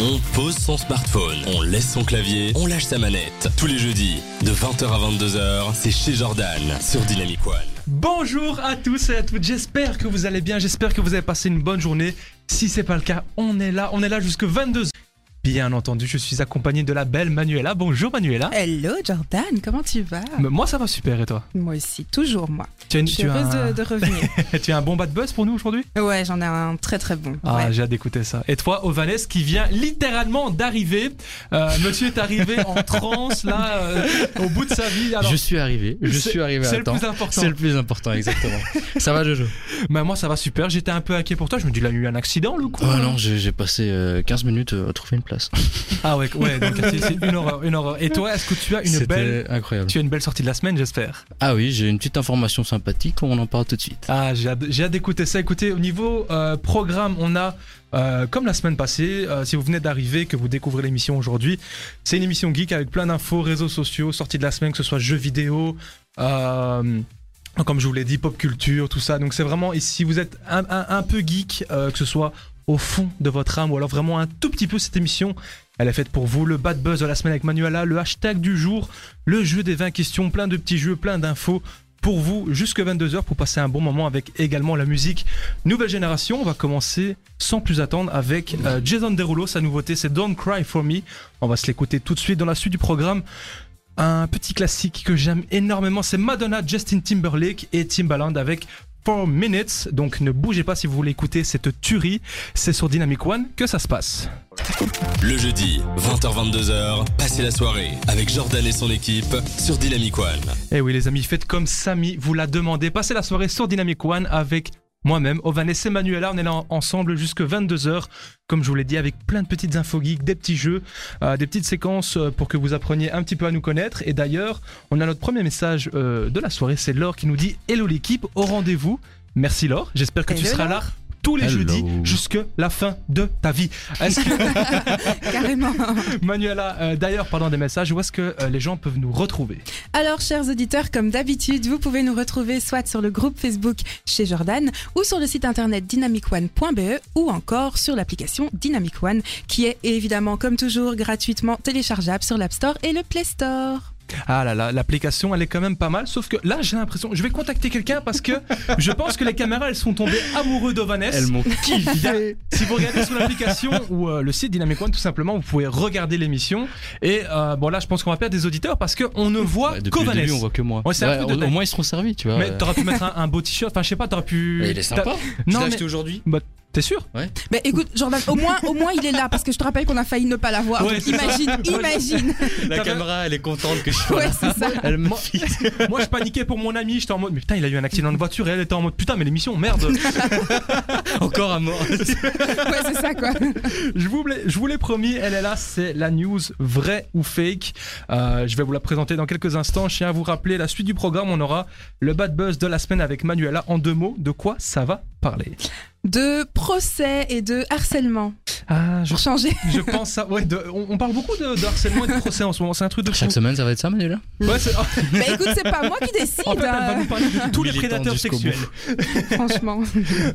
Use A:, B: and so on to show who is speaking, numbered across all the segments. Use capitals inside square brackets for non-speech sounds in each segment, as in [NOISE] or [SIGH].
A: On pose son smartphone, on laisse son clavier, on lâche sa manette. Tous les jeudis, de 20h à 22h, c'est chez Jordan sur Dynamic One.
B: Bonjour à tous et à toutes, j'espère que vous allez bien, j'espère que vous avez passé une bonne journée. Si c'est pas le cas, on est là, on est là jusque 22h. Bien entendu, je suis accompagné de la belle Manuela. Bonjour Manuela.
C: Hello Jordan, comment tu vas
B: Mais Moi ça va super et toi
C: Moi aussi, toujours moi.
B: tu as, une-
C: Je suis
B: tu as
C: heureuse
B: un,
C: de,
B: [LAUGHS]
C: de revenir.
B: tu as un bon bad buzz pour nous aujourd'hui
C: Ouais, j'en ai un très très bon.
B: Ah,
C: ouais.
B: j'ai hâte d'écouter ça. Et toi, Ovanès, qui vient littéralement d'arriver. Euh, monsieur est arrivé
D: [LAUGHS]
B: en transe, là, euh, au bout de sa vie. Alors,
D: je suis arrivé, je
B: c'est-
D: suis arrivé
B: c'est
D: à
B: le
D: temps.
B: plus important.
D: C'est le plus important, exactement.
B: [LAUGHS]
D: Ça va, Jojo
B: Bah, moi, ça va super. J'étais un peu inquiet pour toi. Je me dis, il a eu un accident, le coup.
D: Oh non, j'ai j'ai passé euh, 15 minutes euh, à trouver une place.
B: Ah ouais, ouais donc c'est c'est une horreur, une horreur. Et toi, est-ce que tu as une
D: C'était
B: belle.
D: incroyable.
B: Tu as une belle sortie de la semaine, j'espère.
D: Ah oui, j'ai une petite information sympathique, on en parle tout de suite.
B: Ah, j'ai hâte, j'ai hâte d'écouter ça. Écoutez, au niveau euh, programme, on a, euh, comme la semaine passée, euh, si vous venez d'arriver, que vous découvrez l'émission aujourd'hui, c'est une émission geek avec plein d'infos, réseaux sociaux, sorties de la semaine, que ce soit jeux vidéo, euh, comme je vous l'ai dit, pop culture, tout ça. Donc c'est vraiment, et si vous êtes un, un- un peu geek, euh, que ce soit au fond de votre âme ou alors vraiment un tout petit peu cette émission. Elle est faite pour vous, le bad buzz de la semaine avec Manuela, le hashtag du jour, le jeu des 20 questions, plein de petits jeux, plein d'infos pour vous jusque 22h pour passer un bon moment avec également la musique nouvelle génération. On va commencer sans plus attendre avec euh, Jason Derulo, sa nouveauté c'est Don't Cry For Me. On va se l'écouter tout de suite dans la suite du programme. Un petit classique que j'aime énormément, c'est Madonna, Justin Timberlake et Timbaland avec 4 Minutes. Donc ne bougez pas si vous voulez écouter cette tuerie. C'est sur Dynamic One que ça se passe.
A: Le jeudi, 20h-22h, passez la soirée avec Jordan et son équipe sur Dynamic One.
B: Eh oui les amis, faites comme Samy vous l'a demandé. Passez la soirée sur Dynamic One avec moi-même, Ovanes et Manuela. On est là en- ensemble jusque 22h, comme je vous l'ai dit, avec plein de petites infos geeks, des petits jeux, euh, des petites séquences euh, pour que vous appreniez un petit peu à nous connaître. Et d'ailleurs, on a notre premier message euh, de la soirée. C'est Laure qui nous dit Hello l'équipe, au rendez-vous. Merci Laure, j'espère que tu
C: Hello,
B: seras là tous les
D: Hello.
B: jeudis jusque la fin de ta vie. Est-ce que,
C: Carrément. [LAUGHS]
B: Manuela, euh, d'ailleurs, parlant des messages, où est-ce que euh, les gens peuvent nous retrouver
C: Alors, chers auditeurs, comme d'habitude, vous pouvez nous retrouver soit sur le groupe Facebook chez Jordan ou sur le site internet dynamicone.be ou encore sur l'application Dynamic One qui est évidemment, comme toujours, gratuitement téléchargeable sur l'App Store et le Play Store.
B: Ah là là, l'application elle est quand même pas mal, sauf que là j'ai l'impression, je vais contacter quelqu'un parce que je pense que les caméras elles sont tombées amoureux d'Ovanès.
D: Elles m'ont
B: Il y a-
D: kiffé
B: Si vous regardez sur l'application ou euh, le site Dynamic One tout simplement, vous pouvez regarder l'émission. Et euh, bon là je pense qu'on va perdre des auditeurs parce qu'on ne voit
D: Ouais,
B: qu'Ovanès.
D: Depuis le début, on voit que moi.
B: Ouais, c'est un peu de
D: au,
B: dingue.
D: au moins, ils seront servis, tu vois.
B: Mais t'aurais pu mettre un, un beau t-shirt, enfin je sais pas, t'aurais pu...
D: Mais il est
B: T'as-
D: sympa.
B: Non,
D: tu l'as
B: mais-
D: acheté aujourd'hui
B: T'es sûr
C: Bah écoute, Jordan, au moins, au moins il est là parce que je te rappelle qu'on a failli ne pas l'avoir.
B: Ouais,
C: Donc,
B: c'est ça.
C: imagine,
B: [LAUGHS]
C: imagine.
B: T'as-
D: La caméra, elle est contente que je sois
C: Ouais,
D: là.
C: c'est ça.
D: Elle me
B: Moi- [LAUGHS]
D: fixe.
B: Moi je paniquais pour mon ami, j'étais en mode mais putain il a eu un accident de voiture et elle était en mode putain mais l'émission merde.
D: [LAUGHS] encore à mort.
C: Ouais, c'est ça quoi.
B: Je vous, l'ai- je vous l'ai promis, elle est là, c'est la news vraie ou fake. Euh, je vais vous la présenter dans quelques instants. Je tiens à vous rappeler la suite du programme. On aura le bad buzz de la semaine avec Manuela. En deux mots, de quoi ça va parler
C: De procès et de harcèlement.
B: Ah, je, [LAUGHS]
C: Pour changer.
B: je pense ça. Ouais, de- on, on parle beaucoup de, de harcèlement et de procès en ce moment. C'est un truc de fou.
D: Chaque semaine, ça va être ça, Manuela
B: Ouais, c'est- en
C: Bah écoute, c'est pas moi qui décide.
B: fait, elle va
C: hein.
B: nous parler de tous les
D: Militant
B: prédateurs
D: jusqu'au
B: sexuels.
D: bout.
C: Franchement.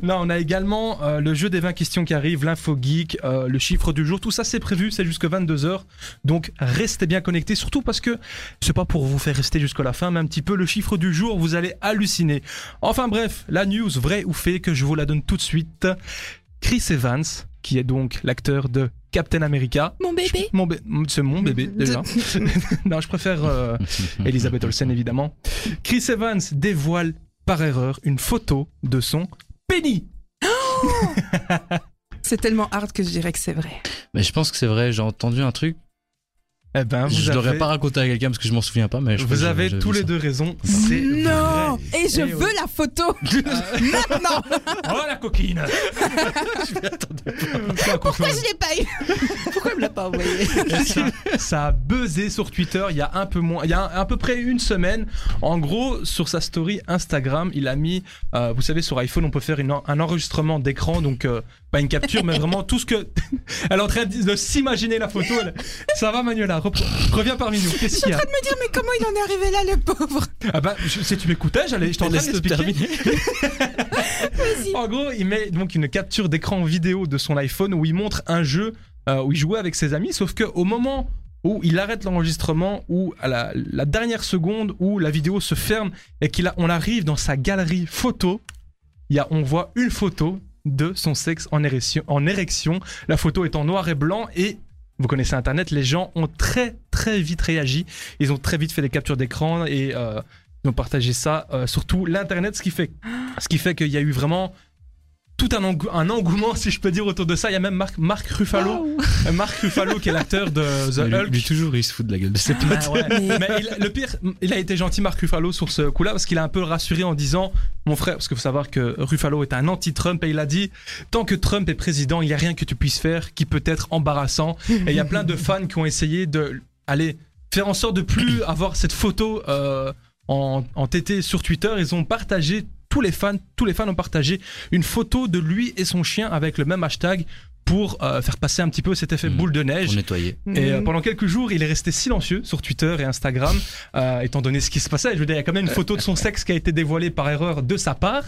B: Non, on a également euh, le jeu des 20 questions qui arrive, l'info geek, euh, le chiffre du jour, tout ça c'est prévu, c'est jusque 22h. Donc restez bien connectés, surtout parce que c'est pas pour vous faire rester jusqu'à la fin, mais un petit peu le chiffre du jour, vous allez halluciner. Enfin bref, la news vraie ou fake, que je vous la donne tout de suite. Chris Evans, qui est donc l'acteur de Captain America.
C: Mon bébé.
B: Mon bé- c'est mon bébé déjà. [LAUGHS] non, je préfère euh, Elisabeth
D: Mmh.
B: Olsen évidemment. Chris Evans dévoile par erreur une photo de son pénis.
C: C'est tellement hard que je dirais que c'est vrai.
D: Mais je pense que c'est vrai, j'ai entendu un truc.
B: Eh ben, vous
D: je
B: avez,
D: l'aurais pas raconté à quelqu'un parce que je m'en souviens pas. Mais je crois
B: vous
D: que
B: avez
D: j'avais
B: tous
D: vu
B: les
D: ça.
B: deux raison. C'est
C: non.
B: vrai.
C: Et je
B: Eh oui. Ah.
C: veux
B: [LAUGHS]
C: la photo. Maintenant.
B: Oh la [LAUGHS] coquine
C: Pourquoi [LAUGHS] je l'ai pas eu Pourquoi il me l'a pas [LAUGHS] envoyé
B: ça, ça a buzzé sur Twitter il y a un peu moins, il y a à peu près une semaine. En gros, sur sa story Instagram, il a mis, euh, vous savez, sur iPhone, on peut faire une en- un enregistrement d'écran, donc euh, pas une capture, mais vraiment tout ce que. [LAUGHS] Elle est en train de, de s'imaginer la photo. elle- Ça va, Manuela, repre- reviens parmi nous. Qu'est-ce qu'il y a
C: Me dire mais comment il en est arrivé là le pauvre
B: Ah bah, je- si tu m'écoutais, j'allais, je t'en
D: Laisse-le terminer.
C: Vas-y.
B: En gros, il met donc une capture d'écran vidéo de son iPhone où il montre un jeu euh, où il jouait avec ses amis, sauf que au moment où il arrête l'enregistrement, ou à la, la dernière seconde où la vidéo se ferme et qu'on arrive dans sa galerie photo, il y a, on voit une photo de son sexe en érection, en érection. La photo est en noir et blanc et vous connaissez Internet, les gens ont très très vite réagi. Ils ont très vite fait des captures d'écran et euh, ils ont partagé ça. euh, surtout l'Internet, ce qui fait, ce qui fait qu'il y a eu vraiment tout un, engou- un engouement, si je peux dire, autour de ça. Il y a même Marc, Marc Ruffalo, euh, Marc Ruffalo qui est l'acteur de The
D: Mais
B: Hulk.
D: lui, lui, toujours, il se fout de la gueule de ses potes.
B: Ah ouais. Mais il- le pire, il a été gentil Marc Ruffalo sur ce coup-là parce qu'il a un peu rassuré en disant mon frère, parce qu'il faut savoir que Ruffalo est un anti-Trump et il a dit tant que Trump est président, il n'y a rien que tu puisses faire qui peut être embarrassant. Et il y a plein de fans qui ont essayé de aller faire en sorte de [CLEARS THROAT] plus avoir cette photo euh, en, en TT sur Twitter. Ils ont partagé tous les fans, tous les fans ont partagé une photo de lui et son chien avec le même hashtag pour euh, faire passer un petit peu cet effet
D: Mhm.
B: boule de neige.
D: Pour nettoyer.
B: Et euh,
C: Mhm.
B: pendant quelques jours, il est resté silencieux sur Twitter et Instagram, euh, étant donné ce qui se passait. Je veux dire, il y a quand même une photo de son sexe qui a été dévoilée par erreur de sa part.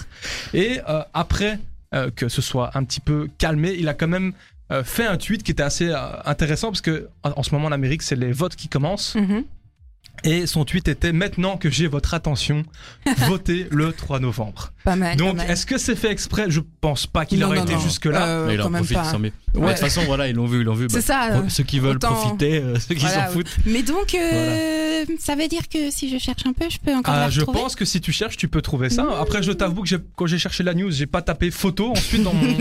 B: Et euh, après euh, que ce soit un petit peu calmé, il a quand même euh, fait un tweet qui était assez euh, intéressant parce que en, en ce moment en Amérique, c'est les votes qui commencent.
C: Mhm.
B: Et son tweet était maintenant que j'ai votre
C: [LAUGHS]
B: attention, votez le 3 novembre.
C: Pas mal. pas
B: Donc,
C: mal.
B: est-ce que c'est fait exprès Je pense pas qu'il
C: Non,
B: aurait
C: non,
B: été
C: non.
B: jusque là.
C: Euh,
D: Mais il
C: quand
D: en
C: même
D: profite,
C: pas.
D: sans mieux. Mais De toute façon, voilà, ils l'ont vu, ils l'ont vu.
C: C'est ça.
D: Bah, pro- Ceux qui veulent
C: autant-
D: profiter, euh, ceux qui
C: Voilà,
D: s'en foutent.
C: Mais donc, euh, ça veut dire que si je cherche un peu, je peux encore
B: Ah,
C: la
B: je
C: retrouver
B: pense que si tu cherches, tu peux trouver ça. Après, je t'avoue que j'ai- quand j'ai cherché la news, j'ai pas tapé photo ensuite dans [LAUGHS] mon.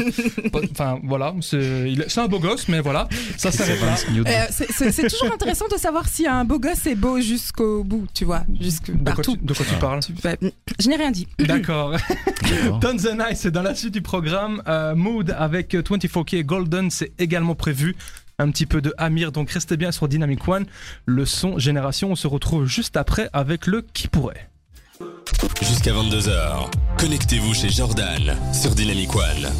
B: enfin, voilà, c'est il est- c'est un beau gosse, mais voilà, ça s'arrête là.
C: Euh, c'est- c'est c'est toujours intéressant de savoir si un beau gosse est beau jusqu'au bout, tu vois, jusque
B: De quoi, tu,
C: partout.
B: de quoi tu parles
C: Bah, je n'ai rien dit.
B: D'accord. [LAUGHS]
D: hein.
B: Tons and Ice, c'est dans la suite du programme. Euh, Mood avec 24K Golden, c'est également prévu. Un petit peu de Amir, donc restez bien sur Dynamic One. Le son Génération, on se retrouve juste après avec le qui pourrait.
A: Jusqu'à 22h, connectez-vous chez Jordan sur Dynamic One.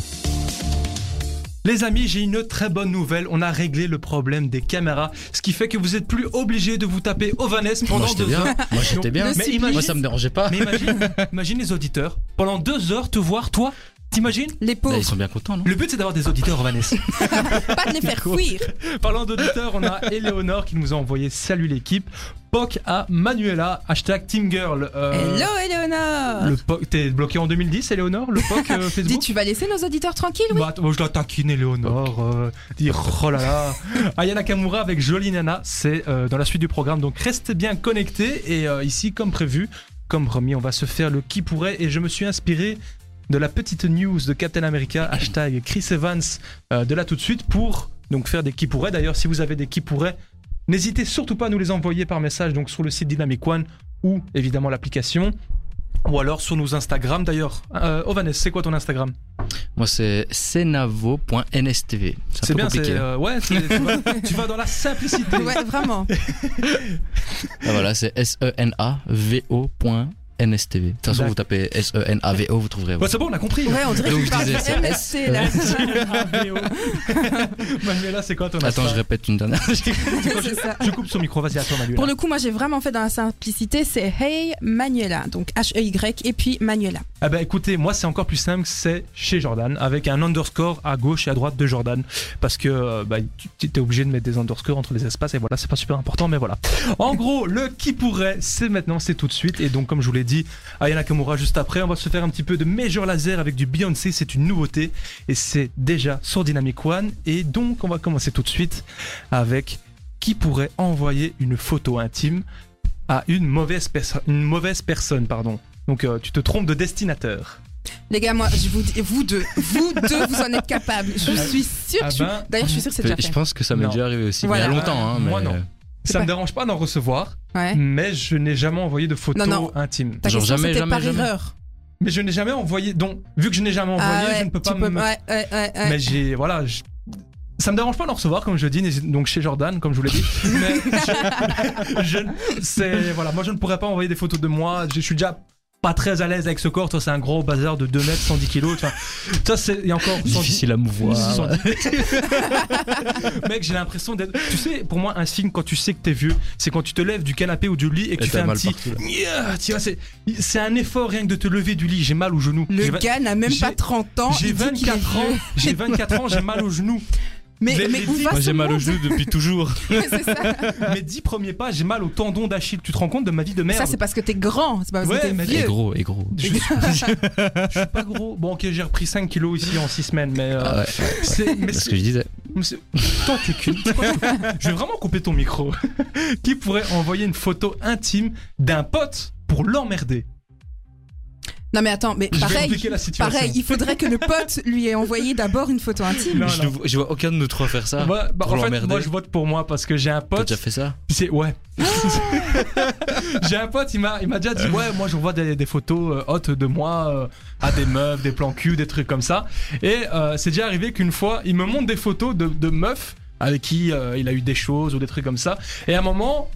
B: Les amis, j'ai une très bonne nouvelle. On a réglé le problème des caméras, ce qui fait que vous êtes plus obligé de vous taper au Vanessa
D: Moi,
B: pendant
D: j'étais
B: deux
D: bien.
B: heures.
D: Moi, j'étais bien.
C: Le
B: Mais
C: supplice,
D: Moi, ça me dérangeait pas.
B: Mais
D: [LAUGHS]
B: imagine, imagine les auditeurs pendant deux heures te voir toi. T'imagines
C: Les
D: Bah,
C: pauvres,
D: Ils sont bien contents, non
B: Le but c'est d'avoir des auditeurs au
D: [LAUGHS]
B: Vanessa.
C: pas de les faire fuir.
B: Parlant d'auditeurs, on a Eleonore qui nous a envoyé salut l'équipe. Poc à Manuela, hashtag Team Girl. Euh,
C: Hello, Eleonore
B: le Poc, t'es bloqué en 2010, Eleonore Le Poc euh,
C: Dis,
B: Facebook
C: tu vas laisser nos auditeurs tranquilles, oui
B: Bah, t- moi, je la taquine, Eleonore. euh, dire oh là là. Ayana Kamura avec Jolie Nana, c'est euh, dans la suite du programme. Donc restez bien connectés. Et euh, ici, comme prévu, comme remis, on va se faire le qui pourrait. Et je me suis inspiré de la petite news de Captain America, hashtag Chris Evans, euh, de là tout de suite pour donc faire des qui pourrait. D'ailleurs, si vous avez des qui pourrait, n'hésitez surtout pas à nous les envoyer par message donc sur le site Dynamic One ou évidemment l'application. Ou alors sur nos Instagram d'ailleurs. Euh, Ovanes, c'est quoi ton Instagram
D: Moi, c'est senavo.nstv. C'est
B: C'est
D: un peu
B: bien, c'est
D: compliqué.
B: euh, ouais, c'est- tu, vas, tu vas dans la simplicité.
C: Ouais, vraiment.
D: Ah, voilà, c'est S-E-N-A-V-O.nstv. De toute façon,
B: D'accord.
D: vous tapez E S-E-N-A-V-O, vous trouverez.
B: Ouais, c'est bon, on a compris.
C: Ouais, on dirait
D: Donc,
C: que tu
D: je
C: parles
D: disais,
C: de
D: c'est
C: MSC, là.
B: Manuela, c'est quoi ton
D: Attends, je
B: Insta
D: répète
B: [LAUGHS]
D: une dernière.
C: [LAUGHS] C'est ça.
B: Je coupe son micro, vas-y à toi Manuela.
C: Pour le coup, moi, j'ai vraiment fait dans la simplicité, c'est Hey Manuela, donc H-E-Y et puis Manuela.
B: Ah bah écoutez, moi c'est encore plus simple, c'est chez Jordan, avec un underscore à gauche et à droite de Jordan, parce que euh, bah, tu es obligé de mettre des underscores entre les espaces, et voilà, c'est pas super important, mais voilà. En gros, le qui pourrait, c'est maintenant, c'est tout de suite, et donc comme je vous l'ai dit, Ayana Kamura juste après, on va se faire un petit peu de Major Laser avec du Beyoncé, c'est une nouveauté, et c'est déjà sur Dynamic One, et donc on va commencer tout de suite avec qui pourrait envoyer une photo intime à une mauvaise, perso- une mauvaise personne, pardon. Donc euh, tu te trompes de destinateur.
C: Les gars, moi, je vous dis, vous deux, vous deux, vous en êtes capables. Je suis sûre.
B: Ah
C: que je-
B: ben,
C: D'ailleurs, je suis sûre que c'est déjà
D: Je
C: fait.
D: pense que ça m'est
B: Non.
D: déjà arrivé aussi.
C: Voilà.
D: Il y a longtemps, hein.
B: Moi,
D: mais-
B: non.
C: C'est
B: Ça
C: pas-
B: me dérange pas d'en recevoir,
C: Ouais.
B: mais je n'ai jamais envoyé de photo
C: Non, non.
B: intime.
C: Ta
D: Genre
C: question,
D: jamais,
C: c'était
D: jamais,
C: par
D: jamais.
C: erreur.
B: Mais je n'ai jamais envoyé. Donc, vu que je n'ai jamais envoyé,
C: ah ouais,
B: je ne peux
C: tu
B: pas
C: peux-
B: me.
C: Ouais, ouais, ouais, ouais.
B: Mais j'ai. Voilà. je- Ça me dérange pas d'en recevoir, comme je dis, n'hésite- donc chez Jordan, comme je vous
C: [LAUGHS]
B: l'ai dit. Mais je- je, c'est- voilà, moi je ne pourrais pas envoyer des photos de moi. Je suis déjà pas très à l'aise avec ce corps. Toi, c'est un gros bazar de 2 mètres, 110 kilos. Enfin, ça, c'est et encore 110
D: Difficile à mouvoir.
B: Ils se sont dit- Mec, j'ai l'impression d'être. Tu sais, pour moi, un signe quand tu sais que t'es vieux, c'est quand tu te lèves du canapé ou du lit et que
D: Et
B: tu
D: t'as
B: fais un
D: mal
B: petit.
D: partout, là.
B: Nya Tu vois, c'est c'est un effort rien que de te lever du lit. J'ai mal au genou.
C: Le
B: J'ai vingt-
C: gars n'a même
B: j'ai-
C: pas 30 ans.
B: J'ai
C: il dit qu'il est
B: 24 ans.
C: vieux.
B: J'ai 24 ans. J'ai mal au genou.
C: Mais,
B: Les-
C: mais
B: les
C: où
B: dix-
C: va
B: Moi,
D: Moi
C: ce
D: j'ai mal au
C: monde
D: genou depuis toujours.
C: [LAUGHS] C'est ça.
B: Mes dix premiers pas, j'ai mal au tendon d'Achille. Tu te rends compte de ma vie de merde
C: Ça, c'est parce que t'es grand, c'est pas parce
B: Ouais,
C: que t'es
B: mais-
D: Et
C: vieux.
D: gros, et gros.
B: je suis, je suis pas gros. Bon, ok, j'ai repris 5 kilos ici en 6 semaines, mais. euh,
D: Ah ouais,
B: c'est- mais
D: c'est ce
B: c'est-
D: que je disais.
B: mais c'est- Tant que cul. Je vais vraiment couper ton micro. [LAUGHS] Qui pourrait envoyer une photo intime d'un pote pour l'emmerder
C: Non, mais attends, mais
B: Je vais
C: pareil,
B: compliquer la situation.
C: pareil, il faudrait que le pote lui ait envoyé d'abord une photo intime.
B: Non,
D: je,
B: non.
D: ne vois- je vois aucun de nous trois faire ça.
B: Moi, bah,
D: pour
B: en fait,
D: l'emmerder.
B: moi je vote pour moi parce que j'ai un
D: T'as
B: pote.
D: déjà fait ça
B: C'est ouais. [LAUGHS] J'ai un pote, il m'a, il m'a déjà dit ouais, moi j'envoie des, des photos euh, hautes de moi euh, à des meufs, des plans cul, des trucs comme ça. Et euh, c'est déjà arrivé qu'une fois, il me montre des photos de, de meufs avec qui euh, il a eu des choses ou des trucs comme ça. Et à un moment.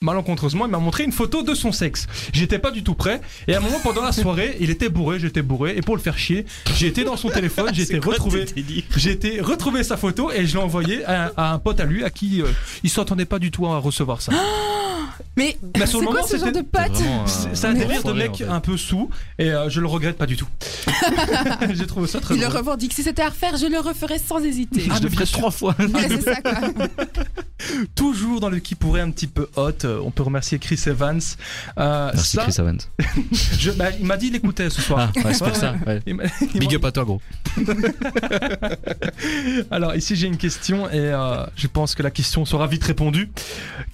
B: Malencontreusement, il m'a montré une photo de son sexe. J'étais pas du tout prêt. Et à un moment, pendant la soirée, il était bourré, j'étais bourré. Et pour le faire chier, j'ai été dans son téléphone, j'ai été retrouvé. J'ai été retrouver sa photo et je l'ai envoyée à, à un pote à lui à qui euh, il s'attendait pas du tout à recevoir ça.
C: Ah, Mais
B: Mais
C: c'est
B: Bah, sur le
C: quoi
B: moment,
C: ce genre de
B: c'était-
C: pote
D: euh,
B: C'est c'est un délire de mec un peu sous et euh, je le regrette pas du
C: [LAUGHS]
B: tout. [LAUGHS] J'ai trouvé ça très
C: Il le
B: drôle.
C: revendique. Si c'était à refaire, je le referais sans hésiter. Ah
D: Je le ferai trois [LAUGHS] fois.
C: Ouais, c'est ça, quoi.
B: [LAUGHS] Toujours dans le qui pourrait un petit peu hot, euh, on peut remercier Chris Evans. Euh,
D: Merci
B: ça,
D: Chris Evans.
B: je- bah, il m'a dit il écoutait ce soir.
D: Ah, ouais, c'est
B: Ouais,
D: pour ça.
B: [LAUGHS]
D: ouais.
B: Il m'a- il
D: Big
B: m'a-
D: up à toi, gros.
B: Alors ici j'ai une question et euh, je pense que la question sera vite répondue.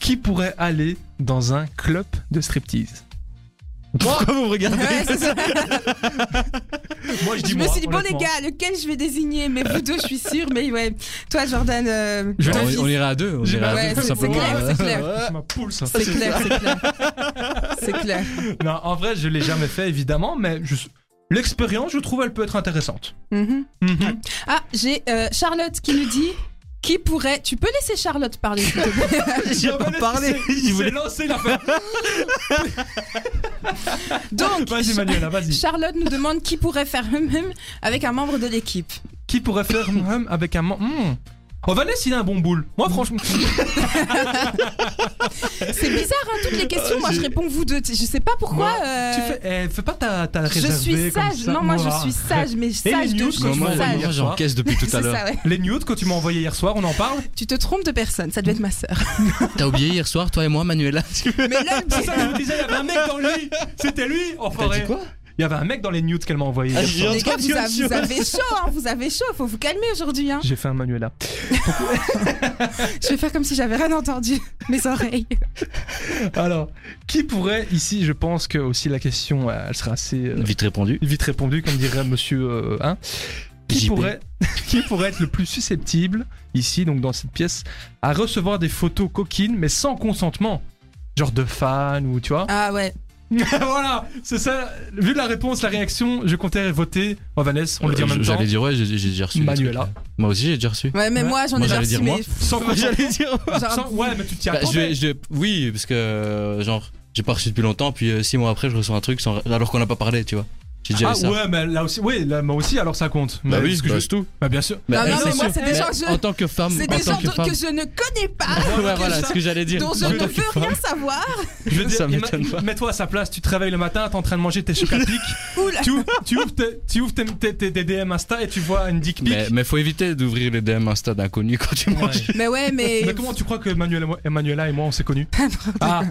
B: Qui pourrait aller dans un club de striptease
D: Pourquoi vous me regardez
C: Ouais, c'est ça.
B: Moi
C: Je me suis dit, bon, les gars, lequel je vais désigner Mais vous deux, je suis sûre. Mais ouais, toi, Jordan, euh,
B: Je
C: toi,
B: vais-
C: Fils,
D: on, on ira à deux. On
B: J'ai-
D: ira à
C: ouais,
D: deux,
C: c'est-
D: tout
C: c'est
D: simplement.
C: clair,
D: ouais.
C: c'est clair.
B: C'est ma poule ça.
C: c'est clair, c'est clair. C'est clair.
B: Non, en vrai, je l'ai jamais fait évidemment, mais je- l'expérience, je trouve, elle peut être intéressante.
C: Mhm. [LAUGHS]
B: Mhm.
C: Ah, j'ai euh, Charlotte qui nous dit qui pourrait. Tu peux laisser Charlotte parler. s'il te
B: [LAUGHS]
C: plaît
D: J'ai pas parlé.
B: Il
D: Il
B: voulait
D: voulait-
B: lancer l'affaire.
C: Donc,
B: Vas-y, Manuela, vas-y.
C: Charlotte nous demande qui pourrait faire hum hum avec un membre de l'équipe.
B: Qui pourrait faire hum hum avec un. man- Hmm. On va laisser il a un bon boule. Moi,
C: [LAUGHS]
B: franchement.
C: C'est bizarre, hein, toutes les questions. Moi, je réponds vous deux. Tu- Je sais pas pourquoi. euh,
B: Ah, Tu fais, eh, fais pas ta, ta
C: je suis
B: réservée comme
C: sage.
B: ça.
C: Non, moi, je
B: Moi,
C: suis sage, mais
B: les
C: sage de
B: news,
C: chez
B: quand
D: Non,
B: je
D: moi,
B: m'en vais
C: [LAUGHS]
D: moi,
B: hier
C: sage.
B: soir.
D: j'encaisse depuis tout à
C: C'est
D: l'heure.
C: ça, ouais.
B: Les nudes que tu m'as envoyé hier soir, on en parle
C: Tu te trompes de personne. Ça devait être ma sœur.
D: T'as oublié hier soir, toi et moi, Manuela
B: [LAUGHS]
C: Mais là, le-
B: C'est Ah, ça, je vous disais, il y avait un mec dans le lit. C'était lui, en
D: T'as dit
B: forêt.
D: quoi
B: Il y avait un mec dans les nudes qu'elle m'a envoyé hier
D: Ah,
B: soir.
D: j'ai
C: les gars,
D: entendu
C: vous, a-
D: autre chose.
C: vous avez chaud, hein, vous avez chaud. Faut vous calmer aujourd'hui. Hein.
B: J'ai fait un Manuela.
C: Je vais faire comme si j'avais rien entendu. [LAUGHS] Mes oreilles.
B: Alors, qui pourrait ici, je pense que aussi la question, euh, elle sera assez euh,
D: Vite répondu.
B: vite répondue, comme dirait Monsieur euh, hein. qui
D: JP.
B: pourrait, [LAUGHS] qui pourrait être le plus susceptible ici, donc dans cette pièce, à recevoir des photos coquines, mais sans consentement, genre de fans ou tu vois.
C: Ah ouais.
B: [LAUGHS] voilà, c'est ça. Vu la réponse, la réaction, je comptais voter. Oh, Vanessa, on le dit en
D: Euh,
B: même temps.
D: J'allais dire, ouais, j'ai j'ai déjà reçu. des
B: Manuela. Bah,
D: trucs. Moi aussi, j'ai
C: [LAUGHS]
D: déjà reçu.
C: Ouais, mais
B: Ouais.
C: moi j'en ai
D: Moi,
C: déjà
D: j'allais
C: reçu,
D: dire
C: mais
D: moi.
B: Sans consentement.
D: dire.
C: genre,
B: Sans- Ouais, mais tu t'y
D: Bah, je,
B: attendais.
D: vais- je vais- oui, parce que euh, genre j'ai pas reçu depuis longtemps, puis euh, six mois après je reçois un truc sans- alors qu'on n'a pas parlé, tu vois. J'ai déjà
B: Ah
D: eu ça.
B: ouais, mais là aussi, oui, là, moi aussi, alors ça compte.
D: Bah
B: Mais
D: oui,
B: ce que
D: bah,
B: je-
D: c'est tout.
B: bah, bien sûr.
D: Mais
C: non,
D: elle,
C: non, mais
D: c'est
C: moi
D: sûr.
C: c'est des
D: Mais
C: gens, je-
D: en tant que femme,
C: c'est
D: en
C: des
D: tant
C: gens
D: que
C: dont-
D: femme.
C: que je ne connais pas,
D: Ouais,
B: que
D: voilà,
B: ça-
D: ce que j'allais dire.
C: dont je
D: En
C: ne
D: tant que
C: veux
D: femme.
C: rien savoir.
B: Je veux dire,
D: Ça
B: ima-
D: m'étonne pas.
B: Mets-toi à sa place, tu te réveilles le matin, t'es en train de manger tes chocs à
C: [LAUGHS]
B: pic,
C: Oula.
B: tu, ouvres- tu ouvres, tes, tu ouvres tes, tes- tes- tes DM Insta et tu vois une dick pic.
D: Mais, mais faut éviter d'ouvrir les DM Insta d'inconnus quand tu manges.
B: Ouais.
C: Mais ouais, mais.
B: Mais comment tu crois que Manuel et moi- Emmanuela et moi on s'est connus Ah,